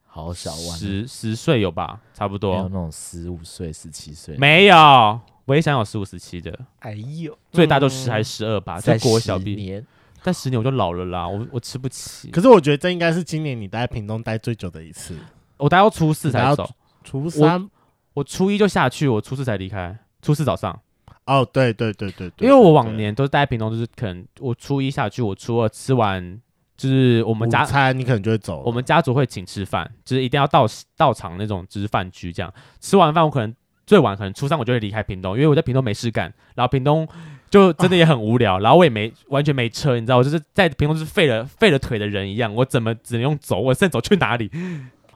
Speaker 3: 好哦小玩，
Speaker 2: 十十岁有吧，差不
Speaker 3: 没有
Speaker 2: 多
Speaker 3: 那。种十五岁、十七岁，
Speaker 2: 没有，我也想有十五十七的，
Speaker 3: 哎呦，
Speaker 2: 最大就十还是十二吧，啊在
Speaker 3: 在
Speaker 2: 国小
Speaker 3: 10
Speaker 2: 毕业。
Speaker 3: 年
Speaker 2: 但十年我就老了啦，我我吃不起。
Speaker 1: 可是我觉得这应该是今年你待在屏东待最久的一次，
Speaker 2: 我大概要初四
Speaker 1: 你
Speaker 2: 才
Speaker 1: 要
Speaker 2: 走，
Speaker 1: 初三。
Speaker 2: 我初一就下去，我初四才离开。初四早上，
Speaker 1: 哦，对对对对对，
Speaker 2: 因为我
Speaker 1: 对
Speaker 2: 往年都是待在屏东，就是可能我初一下去，我初二吃完，就是我
Speaker 1: 我
Speaker 2: 们家
Speaker 1: 餐你可能就会走了，
Speaker 2: 我们家族会请吃饭，就是一定要到到场那种，就是饭局这样。吃完饭，我可能最晚可能初三我就会离开屏东，因为我在屏东没事干，然后屏东就真的也很无聊，然 后我也没完全没车，你知道，我就是在屏东就是废了废了腿的人一样，我怎么只能用走？我甚至走去哪里？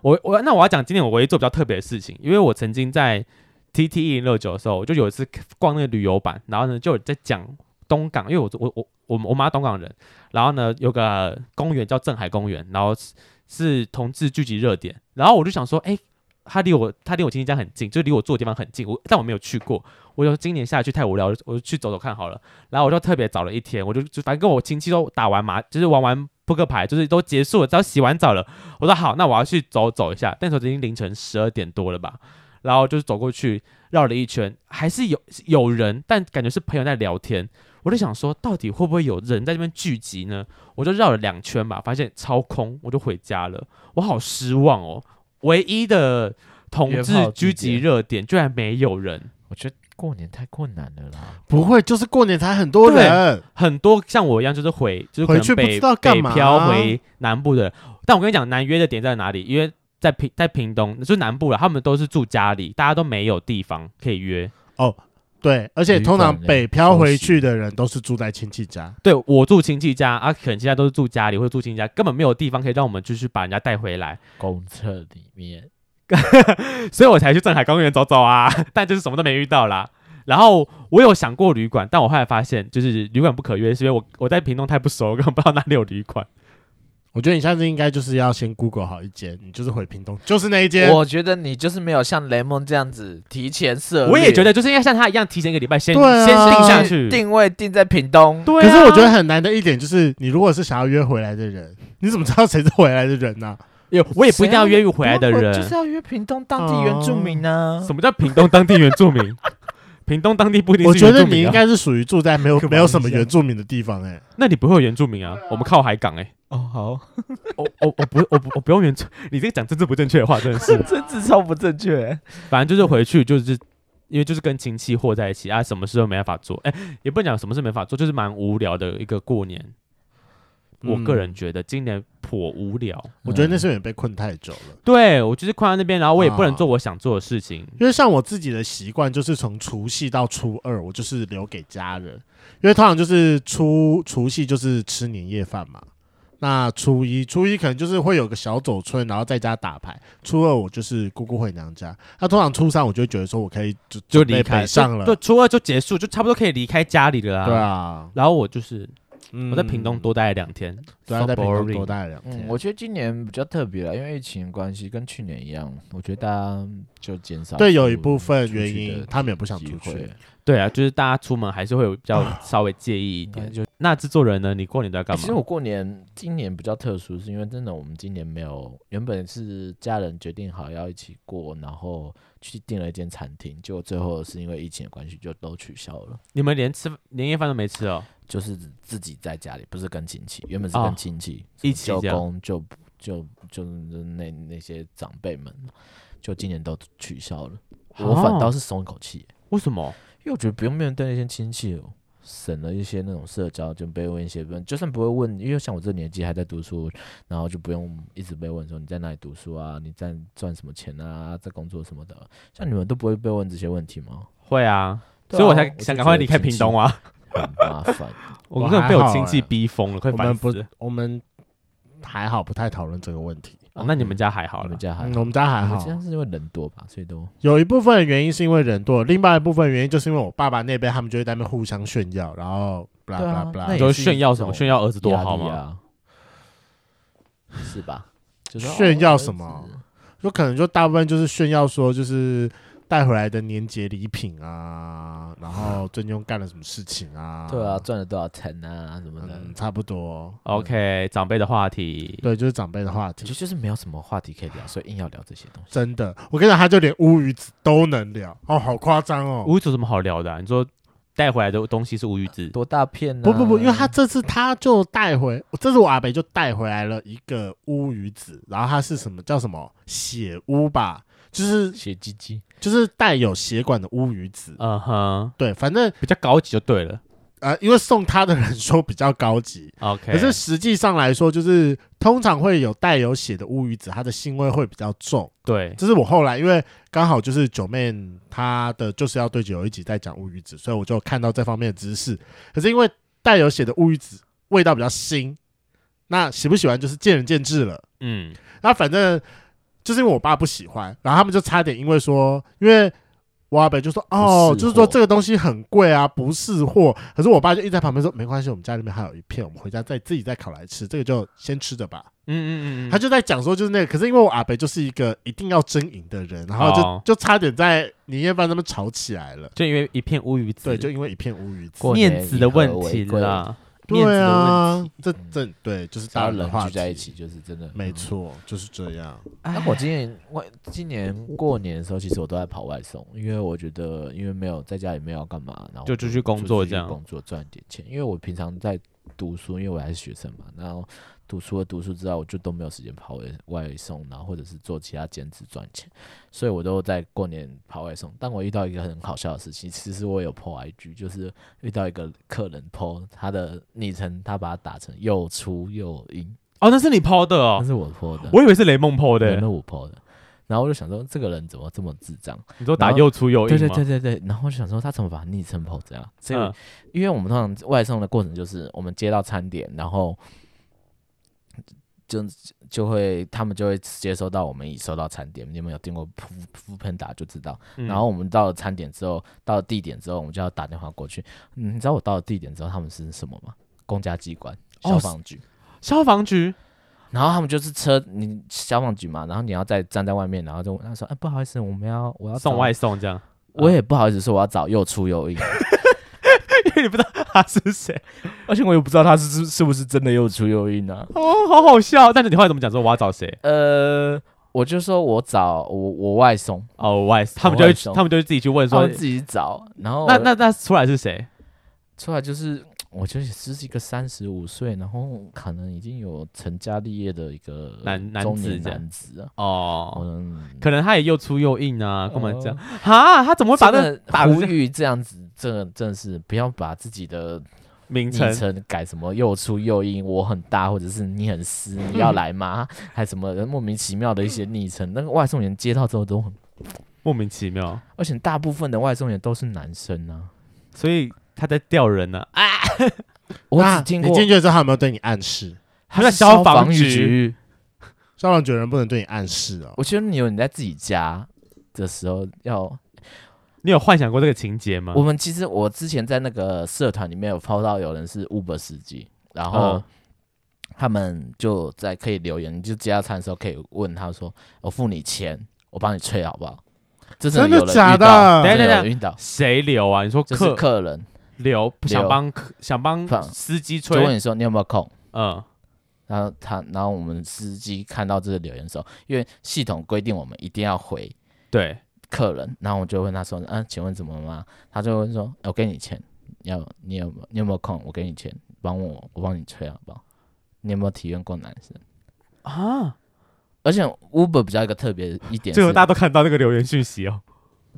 Speaker 2: 我我那我要讲今天我唯一做比较特别的事情，因为我曾经在 T T 一零六九的时候，我就有一次逛那个旅游版，然后呢就有在讲东港，因为我我我我我妈东港人，然后呢有个公园叫镇海公园，然后是是同志聚集热点，然后我就想说，哎、它离我它离我亲戚家很近，就离我住的地方很近，我但我没有去过，我就今年下去太无聊了，我就去走走看好了。然后我就特别找了一天，我就就反正跟我亲戚都打完麻，就是玩完扑克牌，就是都结束了，只要洗完澡了，我说好，那我要去走走一下。那时候已经凌晨十二点多了吧，然后就是走过去绕了一圈，还是有有人，但感觉是朋友在聊天。我就想说，到底会不会有人在这边聚集呢？我就绕了两圈吧，发现超空，我就回家了。我好失望哦，唯一的同
Speaker 3: 约
Speaker 2: 志
Speaker 3: 炮
Speaker 2: 聚
Speaker 3: 聚
Speaker 2: 集
Speaker 3: 集
Speaker 2: 热点居然没有人。
Speaker 3: 我觉得过年太困难了啦。
Speaker 1: 不会就是过年才很多人，
Speaker 2: 很多像我一样，就是回就是可
Speaker 1: 回
Speaker 2: 能
Speaker 1: 去不
Speaker 2: 北
Speaker 1: 知道干嘛
Speaker 2: 北漂回南部的人。但我跟你讲，南约的点在哪里？因为在屏在屏东，就是南部了，他们都是住家里，大家都没有地方可以约。
Speaker 1: 对，而且
Speaker 3: 旅
Speaker 1: 通
Speaker 3: 馆
Speaker 1: 常
Speaker 3: 嘞
Speaker 1: 北漂
Speaker 3: 休
Speaker 1: 回
Speaker 3: 息
Speaker 1: 去的人都是住在亲戚家，
Speaker 2: 对我住亲戚家啊，可能现在都是住家里或者住亲戚家，根本没有地方可以让我们就是把人家带 回来，
Speaker 3: 公厕里面，
Speaker 2: 所以我才去镇海公园走走啊，但就是什么都没遇到啦。然后我有想过旅馆，但我后来发现就是旅馆不可约，是因为我我在屏东太不熟，我根本不知道哪里有旅馆。
Speaker 1: 我觉得你下次应该就是要先 Google 好一间，你就是回屏东，就是那一间。
Speaker 3: 我觉得你就是没有像雷蒙这样子提前设
Speaker 2: 我也觉
Speaker 3: 得
Speaker 2: 得就是应该像他一样提前一个礼拜先、
Speaker 1: 对啊
Speaker 2: 先定下
Speaker 1: 定
Speaker 2: 去，
Speaker 3: 定位定在屏东，
Speaker 2: 对、啊
Speaker 1: 可是我觉得，很难的一点就是，你如果是想要约回来的人，你怎么知道谁是回来的人 呢、
Speaker 2: 有我也不一定要约回来的人。
Speaker 3: 啊
Speaker 2: 啊
Speaker 3: 就是要约屏东当地原住民啊呢。
Speaker 2: 什么叫屏东当地原住 民？屏东当地不一定
Speaker 1: 我
Speaker 2: 是
Speaker 1: 觉
Speaker 2: 原
Speaker 1: 得
Speaker 2: 住
Speaker 1: 你
Speaker 2: 民、
Speaker 1: 应
Speaker 2: 啊，
Speaker 1: 该是属于住在 没有
Speaker 3: 干嘛
Speaker 1: 没有什么
Speaker 3: 一下
Speaker 1: 原住民的地方、欸，哎，
Speaker 2: 那你不会有原住民啊？我们靠海港哎、
Speaker 3: 哦，好，
Speaker 2: 我我我哦不我不我不用原住， 你这个讲政治不正确的话真的 是，
Speaker 3: 政治超不正确。
Speaker 2: 反正就是回去就是因为就是跟亲戚和在一起啊，什么事都没办法做，哎、也不能讲什么事没法做，就是蛮无聊的一个过年。我个人觉得今年颇无聊，
Speaker 1: 我觉得那是因为你被困太久了。
Speaker 2: 对我就是困在那边，然后我也不能
Speaker 1: 啊
Speaker 2: 做我想做的事情，
Speaker 1: 因为像我自己的习惯，就是从除夕到初二，我就是留给家人，因为通常就是初除夕就是吃年夜饭嘛。那初一，初一可能就是会有个小走村，然后在家打牌。初二我就是姑姑回娘家。那通常初三我就会觉得说我可以就
Speaker 2: 就
Speaker 1: 准备
Speaker 2: 离开
Speaker 1: 北 上了。
Speaker 2: 对，初二就结束，就差不多可以离开家里了啊。
Speaker 1: 对。啊，
Speaker 2: 然后我就是
Speaker 1: 嗯
Speaker 2: 我在屏东多待了两天，
Speaker 1: 都要在平
Speaker 2: So
Speaker 1: 常
Speaker 2: boring
Speaker 1: 多待两
Speaker 3: 嗯
Speaker 1: 天，。
Speaker 3: 我觉得今年比较特别啊了，因为疫情的关系，跟去年一样，我觉得大家就减少
Speaker 1: 对，
Speaker 3: 出
Speaker 1: 有一部分
Speaker 3: 出
Speaker 1: 原
Speaker 3: 去
Speaker 1: 因
Speaker 3: 的
Speaker 1: 他们也不想
Speaker 3: 机
Speaker 1: 出去
Speaker 3: 会。。
Speaker 2: 对啊，就是大家出门还是会有比较稍微介意一点。就那制作人呢，你过年都在
Speaker 3: 欸
Speaker 2: 干嘛？
Speaker 3: 其实我过年今年比较特殊，是因为真的我们今年没有，原本是家人决定好要一起过，然后去订了一间餐厅，结果最后是因为疫情的关系就都取消了。
Speaker 2: 你们连吃年夜饭都没吃哦，
Speaker 3: 就是自己在家里，不是跟亲戚，原本是
Speaker 2: 哦
Speaker 3: 跟亲戚、
Speaker 2: 一起
Speaker 3: 舅
Speaker 2: 这样
Speaker 3: 公、舅舅、就那那些长辈们，就今年都取消了。我
Speaker 2: 啊
Speaker 3: 反倒是松一口气，
Speaker 2: 为什么？
Speaker 3: 因为我觉得不用面对那些亲戚哦，省了一些那种社交，就被问一些问，就算不会问，因为像我这年纪还在读书，然后就不用一直被问说你在哪里读书啊，你在赚什么钱啊，在工作什么的。像你们都不会被问这些问题吗？
Speaker 2: 会啊，
Speaker 3: 对
Speaker 2: 所以我
Speaker 3: 啊
Speaker 2: 才
Speaker 3: 就
Speaker 2: 想赶
Speaker 3: 觉
Speaker 2: 快
Speaker 3: 得
Speaker 2: 离开
Speaker 3: 亲
Speaker 2: 屏
Speaker 3: 戚
Speaker 2: 东啊！
Speaker 3: 很
Speaker 1: 嗯
Speaker 3: 麻烦。
Speaker 2: 我
Speaker 1: 我
Speaker 2: 根本
Speaker 1: 还
Speaker 2: 被我
Speaker 1: 好
Speaker 2: 亲戚
Speaker 1: 欸
Speaker 2: 逼疯了，快
Speaker 1: 我
Speaker 2: 烦
Speaker 1: 们
Speaker 2: 死
Speaker 1: 不
Speaker 2: 了。，
Speaker 1: 我们还好，不太讨论这个问题。
Speaker 2: 哦那你们家还好
Speaker 3: 你
Speaker 2: 了
Speaker 3: 们，家还
Speaker 1: 嗯，
Speaker 3: 好
Speaker 1: 我们家还
Speaker 3: 你们
Speaker 1: 好
Speaker 3: 家，是因为人多吧，所以都
Speaker 1: 有一部分的原因是因为人多，另外一部分原因就是因为我爸爸那边他们就会在那边互相炫耀，然后不啦不
Speaker 3: 对
Speaker 1: 啦
Speaker 3: 啊
Speaker 1: 不
Speaker 3: 那
Speaker 1: 啦
Speaker 3: 也，
Speaker 2: 就是
Speaker 3: 一
Speaker 2: 炫耀什么？
Speaker 3: 种
Speaker 2: 炫耀儿子多
Speaker 3: 压
Speaker 2: 好
Speaker 3: 力
Speaker 2: 吗？
Speaker 3: 啊？是吧？就说
Speaker 1: 炫
Speaker 3: 哦
Speaker 1: 耀
Speaker 3: 儿
Speaker 1: 什么
Speaker 3: 子
Speaker 1: 就可能就大部分就是炫耀说就是带回来的年节礼品啊，然后最近又干了什么事情啊，
Speaker 3: 对啊，，赚了多少钱啊什么的，
Speaker 1: 嗯，差不多，
Speaker 2: OK，长辈的话题，
Speaker 1: 对，就是长辈的话
Speaker 3: 其
Speaker 1: 题
Speaker 3: 实。就是没有什么话题可以聊，所以硬要聊这些东西。
Speaker 1: 真的，我跟你讲，他就连乌鱼子都能聊哦，好夸张哦！
Speaker 2: 乌鱼子有什么好聊的啊？你说带回来的东西是乌鱼子，
Speaker 3: 多大片啊呢、
Speaker 1: 不不不，因为他这次他就带回，这次我阿北就带回来了一个乌鱼子，然后它是什么叫什么血乌吧，就是
Speaker 3: 写鸡鸡，
Speaker 1: 就是带有血管的乌鱼子。
Speaker 2: 嗯哼，
Speaker 1: 对，反正
Speaker 2: 比较高级就对了。
Speaker 1: 呃，因为送他的人说比较高级，
Speaker 2: OK，
Speaker 1: 可是实际上来说，就是通常会有带有血的乌鱼子，它的腥味会比较重。
Speaker 2: 对
Speaker 1: 这是我后来因为刚好就是九妹她的就是要对决有一集在讲乌鱼子，所以我就看到这方面的知识。可是因为带有血的乌鱼子味道比较腥，那喜不喜欢就是见仁见智了。
Speaker 2: 嗯，
Speaker 1: 那反正就是因为我爸不喜欢，然后他们就差点因为说，因为我阿北就说哦，
Speaker 3: 不是货
Speaker 1: 就是说这个东西很贵啊，不是货。可是我爸就一直在旁边说没关系，我们家里面还有一片，我们回家再自己再烤来吃，这个就先吃着吧。
Speaker 2: 嗯嗯嗯嗯，
Speaker 1: 他就在讲说，就是那个，可是因为我阿北就是一个一定要争赢的人，然后就、
Speaker 2: 哦
Speaker 1: 就差点在年夜饭那边吵起来了。
Speaker 2: 就因为一片乌鱼子，
Speaker 1: 对，就因为一片乌鱼子。
Speaker 3: 过年
Speaker 2: 面子的问题
Speaker 3: 以和为贵
Speaker 2: 啦，面子
Speaker 1: 对
Speaker 2: 的
Speaker 1: 啊
Speaker 2: 问题。，
Speaker 1: 这这对就是
Speaker 3: 只要
Speaker 1: 大人的
Speaker 3: 人
Speaker 1: 话
Speaker 3: 聚在一
Speaker 1: 题，
Speaker 3: 起就是真的
Speaker 1: 没。错，就是这样。
Speaker 3: 嗯那、我今年我今年过年的时候，其实我都在跑外送，因为我觉得因为没有在家里没有要干嘛，然后
Speaker 2: 就出去工作这样
Speaker 3: 出去工作赚点钱。因为我平常在读书，因为我还是学生嘛，然后读书了读书之后，我就都没有时间跑外外送，然后或者是做其他兼职赚钱，所以我都在过年跑外送。但我遇到一个很好笑的事情，其实我有 PO IG，就是遇到一个客人 PO 他的昵称，他把它打成又粗又硬，
Speaker 2: 哦，那是你抛的
Speaker 3: 那
Speaker 2: 哦，
Speaker 3: 是我 PO 的，
Speaker 2: 我以为是雷梦抛
Speaker 3: 嗯对，
Speaker 2: 的欸
Speaker 3: 那。我 PO 的。然后我就想说，这个人怎么这么智障？
Speaker 2: 你说打
Speaker 3: 然后
Speaker 2: 又粗又硬
Speaker 3: 对
Speaker 2: 吗？
Speaker 3: 对对对对。然后我就想说，他怎么把昵称 PO 这样？所以
Speaker 2: 嗯
Speaker 3: 因为我们通常外送的过程就是我们接到餐点，然后就就会他们就会接收到我们已收到餐点，你们有订过铺铺喷打就知道。
Speaker 2: 嗯
Speaker 3: 然后我们到了餐点之后，到了地点之后，我们就要打电话过去。嗯你知道我到了地点之后他们是什么吗？公家机关、
Speaker 2: 哦
Speaker 3: 消
Speaker 2: 是
Speaker 3: 防局。
Speaker 2: 消防局
Speaker 3: 然后他们就是车，你消防局嘛，然后你要再站在外面，然后就问他说：“哎，不好意思，我们要我要
Speaker 2: 送
Speaker 3: 找
Speaker 2: 外，送这样，
Speaker 3: 我也不好意思说我要找又粗 又硬，
Speaker 2: 因为你不知道他是谁，
Speaker 3: 而且我也不知道他是是是不是真的又粗又硬啊。
Speaker 2: 哦，好好笑。但是你后来怎么讲说我要找谁？”
Speaker 3: 呃，我就说我找我我外送，
Speaker 2: 哦，外送，他们
Speaker 3: 我
Speaker 2: 就会
Speaker 3: 外
Speaker 2: 去
Speaker 3: 送
Speaker 2: 他们就会自己去问
Speaker 3: 他
Speaker 2: 说
Speaker 3: 们，自己找，然后
Speaker 2: 那
Speaker 3: 我
Speaker 2: 那那出来是谁？
Speaker 3: 出来就是。我觉得是一个三十五岁，然后可能已经有成家立业的一个
Speaker 2: 男男
Speaker 3: 中
Speaker 2: 子
Speaker 3: 年
Speaker 2: 这样
Speaker 3: 男子啊，
Speaker 2: 哦，
Speaker 3: 嗯，
Speaker 2: 可能他也又粗又硬啊，干嘛这样？
Speaker 3: 呃
Speaker 2: 哈，他怎么会把
Speaker 3: 真
Speaker 2: 那
Speaker 3: 的
Speaker 2: 打
Speaker 3: 呼
Speaker 2: 成
Speaker 3: 吁这样子，真的真的是不要把自己的
Speaker 2: 名
Speaker 3: 昵
Speaker 2: 称？
Speaker 3: 称改什么又粗又硬，我很大，或者是你很湿，你
Speaker 2: 嗯
Speaker 3: 要来吗？还什么莫名其妙的一些昵称，那个外送员接到之后都很，
Speaker 2: 莫名其妙，
Speaker 3: 而且大部分的外送员都是男生啊，
Speaker 2: 所以他在吊人呢、啊。
Speaker 3: 我
Speaker 1: 那
Speaker 3: 只听
Speaker 1: 你
Speaker 3: 过
Speaker 1: 进去的时候，他有没有对你暗示？
Speaker 3: 他
Speaker 2: 在
Speaker 3: 是
Speaker 2: 消
Speaker 3: 消
Speaker 2: 防
Speaker 3: 防
Speaker 2: 局
Speaker 3: 局，
Speaker 1: 消防局的人不能对你暗示 哦。
Speaker 3: 我觉得你有你在自己家的时候要
Speaker 2: 你有幻想过这个情节吗？
Speaker 3: 我们其实我之前在那个社团里面有抛到有人是 Uber 司机，然后
Speaker 2: 嗯
Speaker 3: 他们就在可以留言，你就接到餐的时候可以问他说：“我付你钱，我帮你吹好不好？”这
Speaker 1: 真
Speaker 3: 的
Speaker 1: 的
Speaker 3: 有人
Speaker 1: 假
Speaker 3: 遇
Speaker 1: 的
Speaker 3: 到
Speaker 2: 等一下
Speaker 3: 真的有
Speaker 2: 等一
Speaker 3: 人遇到，
Speaker 2: 谁留啊？你说
Speaker 3: 就是
Speaker 2: 客
Speaker 3: 客人
Speaker 2: 留想
Speaker 3: 留
Speaker 2: 帮客想帮
Speaker 3: 放
Speaker 2: 司机
Speaker 3: 就问
Speaker 2: 吹，
Speaker 3: 你说你有没有空，
Speaker 2: 嗯，
Speaker 3: 然后他，然后我们司机看到这个留言的时候，因为系统规定我们一定要回
Speaker 2: 对，
Speaker 3: 客人，然后我就问他说：“嗯、请问怎么了吗？”他就会说：“哎我给你钱，你要你有没有你有没有空？我给你钱，帮我我帮你吹好不好？你有没有体验过男生
Speaker 2: 啊？
Speaker 3: 而且 Uber 比较一个特别一点
Speaker 2: 最后
Speaker 3: 是，
Speaker 2: 大家都看到那个留言讯息哦，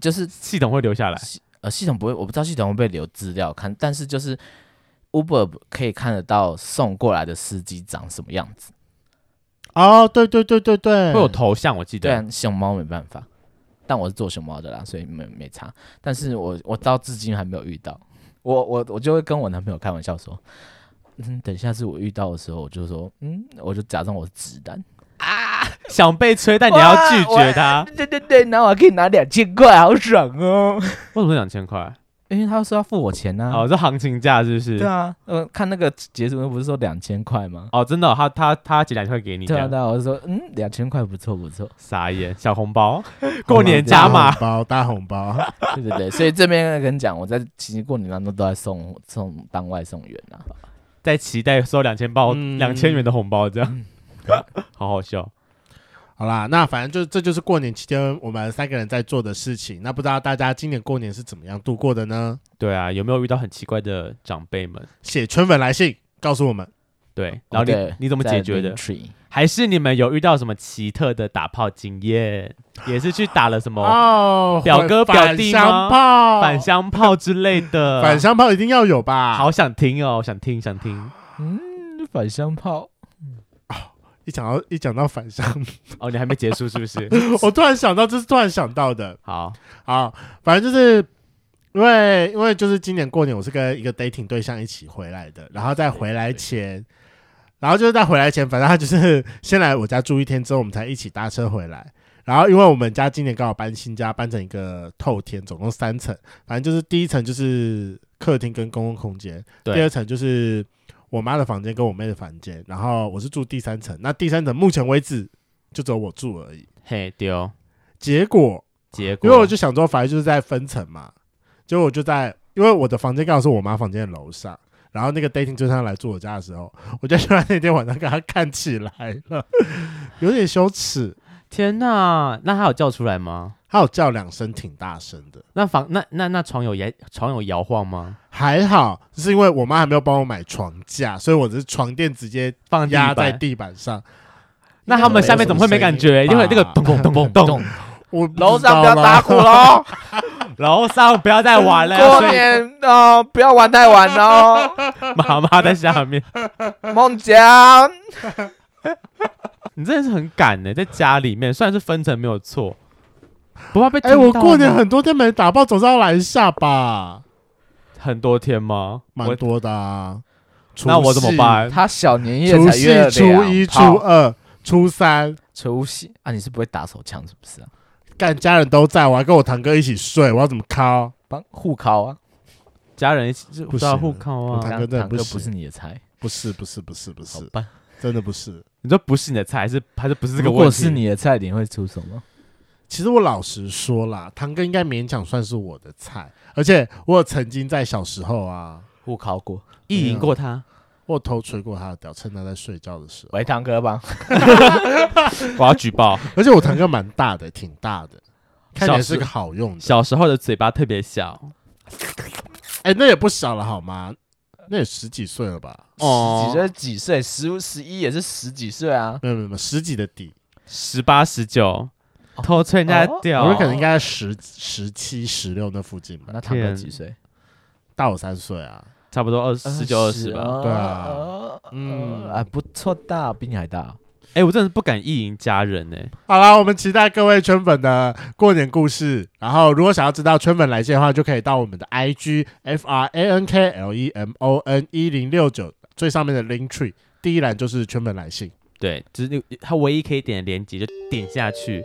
Speaker 3: 就是
Speaker 2: 系统会留下来，
Speaker 3: 呃系统不会，我不知道系统会不会留资料看，但是就是 Uber 可以看得到送过来的司机长什么样子。
Speaker 1: 哦，对对对对对，
Speaker 2: 会有头像，我记
Speaker 3: 对
Speaker 2: 得
Speaker 3: 啊，熊猫没办法，但我是做熊猫的啦，所以没没差。但是我我到至今还没有遇到，我我我就会跟我男朋友开玩笑说，嗯，等下次我遇到的时候，我就说，嗯，我就假装我是直男，
Speaker 2: 想被吹，但你要
Speaker 3: 哇
Speaker 2: 拒绝他，
Speaker 3: 对对对，然后我还可以拿两千块，好爽哦。
Speaker 2: 为什么两千块？
Speaker 3: 因为他说要付我钱呢、
Speaker 2: 哦，这行情价是不
Speaker 3: 啊对
Speaker 2: 是？
Speaker 3: 啊，呃，看那个截图不是说两千块吗？
Speaker 2: 哦，真的哦，他他他几两千块给你这
Speaker 3: 对啊，
Speaker 2: 样，
Speaker 3: 对啊，我就说，嗯，两千块不错不 错，
Speaker 2: 傻眼，小红 包，过
Speaker 3: 啊
Speaker 2: 年加
Speaker 1: 大
Speaker 2: 码，
Speaker 1: 红包，大红包，
Speaker 3: 对对对，所以这边跟你讲，我在其实过年当中都在送送当外送员啊，
Speaker 2: 在期待收两千包
Speaker 1: 嗯
Speaker 2: 两千元的红包，这样，
Speaker 3: 嗯
Speaker 2: 好好笑。
Speaker 1: 好啦，那反 正就这就是过年期间我们三个人在做的事情。那不知道大家今年过年是怎么样度过的呢？
Speaker 2: 对啊，有没有遇到很奇怪的长辈们？
Speaker 1: 写圈粉来信告诉我们。哦
Speaker 2: 对，然后你
Speaker 3: 对
Speaker 2: 你怎么
Speaker 3: 在
Speaker 2: 解决的？
Speaker 3: Linktree
Speaker 2: 还是你们有遇到什么奇特的打炮经 验？也是去打了什么
Speaker 1: 哦
Speaker 2: 表哥表弟
Speaker 1: 反
Speaker 2: 吗
Speaker 1: 香炮，
Speaker 2: 反香炮之类的？
Speaker 1: 反，香炮一定要有吧？，
Speaker 2: 好想听哦，想听想听。
Speaker 3: 嗯，反向炮，
Speaker 1: 一讲到一讲到反香，
Speaker 2: 哦，你还没结束是不是？
Speaker 1: 我突然想到，这是突然想到的。
Speaker 2: 好，
Speaker 1: 好，反正就是因为因为就是今年过年我是跟一个 dating 对象一起回来的，然后在回来前，然后就是在回来前，反正他就是先来我家住一天之后，我们才一起搭车回来。然后因为我们家今年刚好搬新家，搬成一个透天，总共三层，反正就是第一层就是客厅跟公共空间，
Speaker 2: 对
Speaker 1: 第二层就是。我妈的房间跟我妹的房间，然后我是住第三层。那第三层目前为止就只有我住而已。
Speaker 2: 嘿丢，
Speaker 1: 结果
Speaker 2: 结果
Speaker 1: 因为我就想说，反正就是在分层嘛，结果我就在，因为我的房间刚好是我妈房间的楼上，然后那个 dating 对象来住我家的时候，我就在那天晚上跟他看起来了， 有点羞耻，
Speaker 2: 天哪，那他有叫出来吗？
Speaker 1: 他有叫两声挺大声的，
Speaker 2: 那房那那那床有摇床有摇晃吗？
Speaker 1: 还好是因为我妈还没有帮我买床架，所以我的床垫直接
Speaker 2: 放地
Speaker 1: 压在
Speaker 2: 板，
Speaker 1: 地板上。
Speaker 2: 那他们下面怎么会没感觉？因为那个咚咚咚咚咚，
Speaker 1: 我
Speaker 3: 楼上不要打鼓
Speaker 1: 了。
Speaker 3: 喽，
Speaker 2: 楼上不要再玩了，
Speaker 3: 过
Speaker 2: 所以
Speaker 3: 年哦，不要玩太晚哦，
Speaker 2: 妈妈在下面。
Speaker 3: 梦想。
Speaker 2: 你真的是很赶呢、在家里面虽然是分层没有错，不怕被
Speaker 1: 哎、
Speaker 2: 听
Speaker 1: 我
Speaker 2: 到
Speaker 1: 过年
Speaker 2: 吗
Speaker 1: 很多天没打包，总是要来一下吧，
Speaker 2: 很多天吗？
Speaker 1: 蛮
Speaker 2: 我
Speaker 1: 多的啊。
Speaker 2: 那我怎
Speaker 1: 除
Speaker 2: 么
Speaker 1: 夕
Speaker 2: 办？
Speaker 3: 他小年夜
Speaker 1: 除
Speaker 3: 才
Speaker 1: 夕、
Speaker 3: 约了
Speaker 1: 初一、
Speaker 3: 两
Speaker 1: 初
Speaker 3: 炮，
Speaker 1: 二、初三，
Speaker 3: 除夕啊，你是不会打手枪是不是啊？
Speaker 1: 干家人都在，我还跟我堂哥一起睡，我要怎么靠？
Speaker 3: 帮互考啊，
Speaker 2: 家人一起就
Speaker 1: 不
Speaker 2: 知道
Speaker 1: 行
Speaker 2: 互
Speaker 1: 了
Speaker 2: 靠
Speaker 1: 不
Speaker 2: 啊
Speaker 1: 太。堂
Speaker 3: 堂
Speaker 1: 哥真的
Speaker 3: 堂
Speaker 1: 不
Speaker 3: 哥
Speaker 1: 行
Speaker 3: 不是你的菜，
Speaker 1: 不是，不是，不是，不
Speaker 3: 好
Speaker 1: 是，
Speaker 3: 吧？
Speaker 1: 真的不是。
Speaker 2: 你说不是你的菜，还是还是不是这个
Speaker 3: 如
Speaker 2: 问
Speaker 3: 果
Speaker 2: 题？
Speaker 3: 是你的菜，你会出什么？
Speaker 1: 其实我老实说啦，堂哥应该勉强算是我的菜，而且我有曾经在小时候啊，
Speaker 3: 互考过，
Speaker 2: 意淫过他，
Speaker 1: 我有偷吹过他的屌，趁他在睡觉的时 候。
Speaker 3: 喂，堂哥吧，
Speaker 2: 我要举报。
Speaker 1: 而且我堂哥蛮大的，挺大的，看起来
Speaker 2: 小
Speaker 1: 是
Speaker 2: 时
Speaker 1: 个好用的。
Speaker 2: 小时候的嘴巴特别小
Speaker 1: 哎、那也不小了好吗？那也十几岁了吧？
Speaker 3: 哦，几
Speaker 2: 哦，
Speaker 3: 岁？几岁？十十一也是十几岁啊，
Speaker 1: 没有没有没有，十几的底，
Speaker 2: 十八十九，
Speaker 3: 哦
Speaker 2: 偷吹人家的
Speaker 3: 哦
Speaker 2: 屌，
Speaker 1: 我觉得可能应该在十十七、十六那附近吧，
Speaker 3: 那堂哥
Speaker 2: 天
Speaker 3: 几岁？
Speaker 1: 大我三岁啊。
Speaker 2: 差不多二十九二十吧。
Speaker 3: 哦
Speaker 1: 对啊
Speaker 3: 哦
Speaker 1: 嗯
Speaker 3: 啊，不错大，比你还大。
Speaker 2: 哎，我真的是不敢意淫家人哎。
Speaker 1: 好啦，我们期待各位圈粉的过年故事。然后，如果想要知道圈粉来信的话，就可以到我们的 I G F R A N K L E M O N 一零六九最上面的 Link Tree，第一栏就是圈粉来信。
Speaker 2: 对，就是那他唯一可以点的连接就点下去。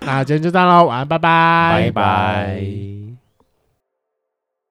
Speaker 1: 那今天就这样喽，晚安，拜拜，
Speaker 3: 拜拜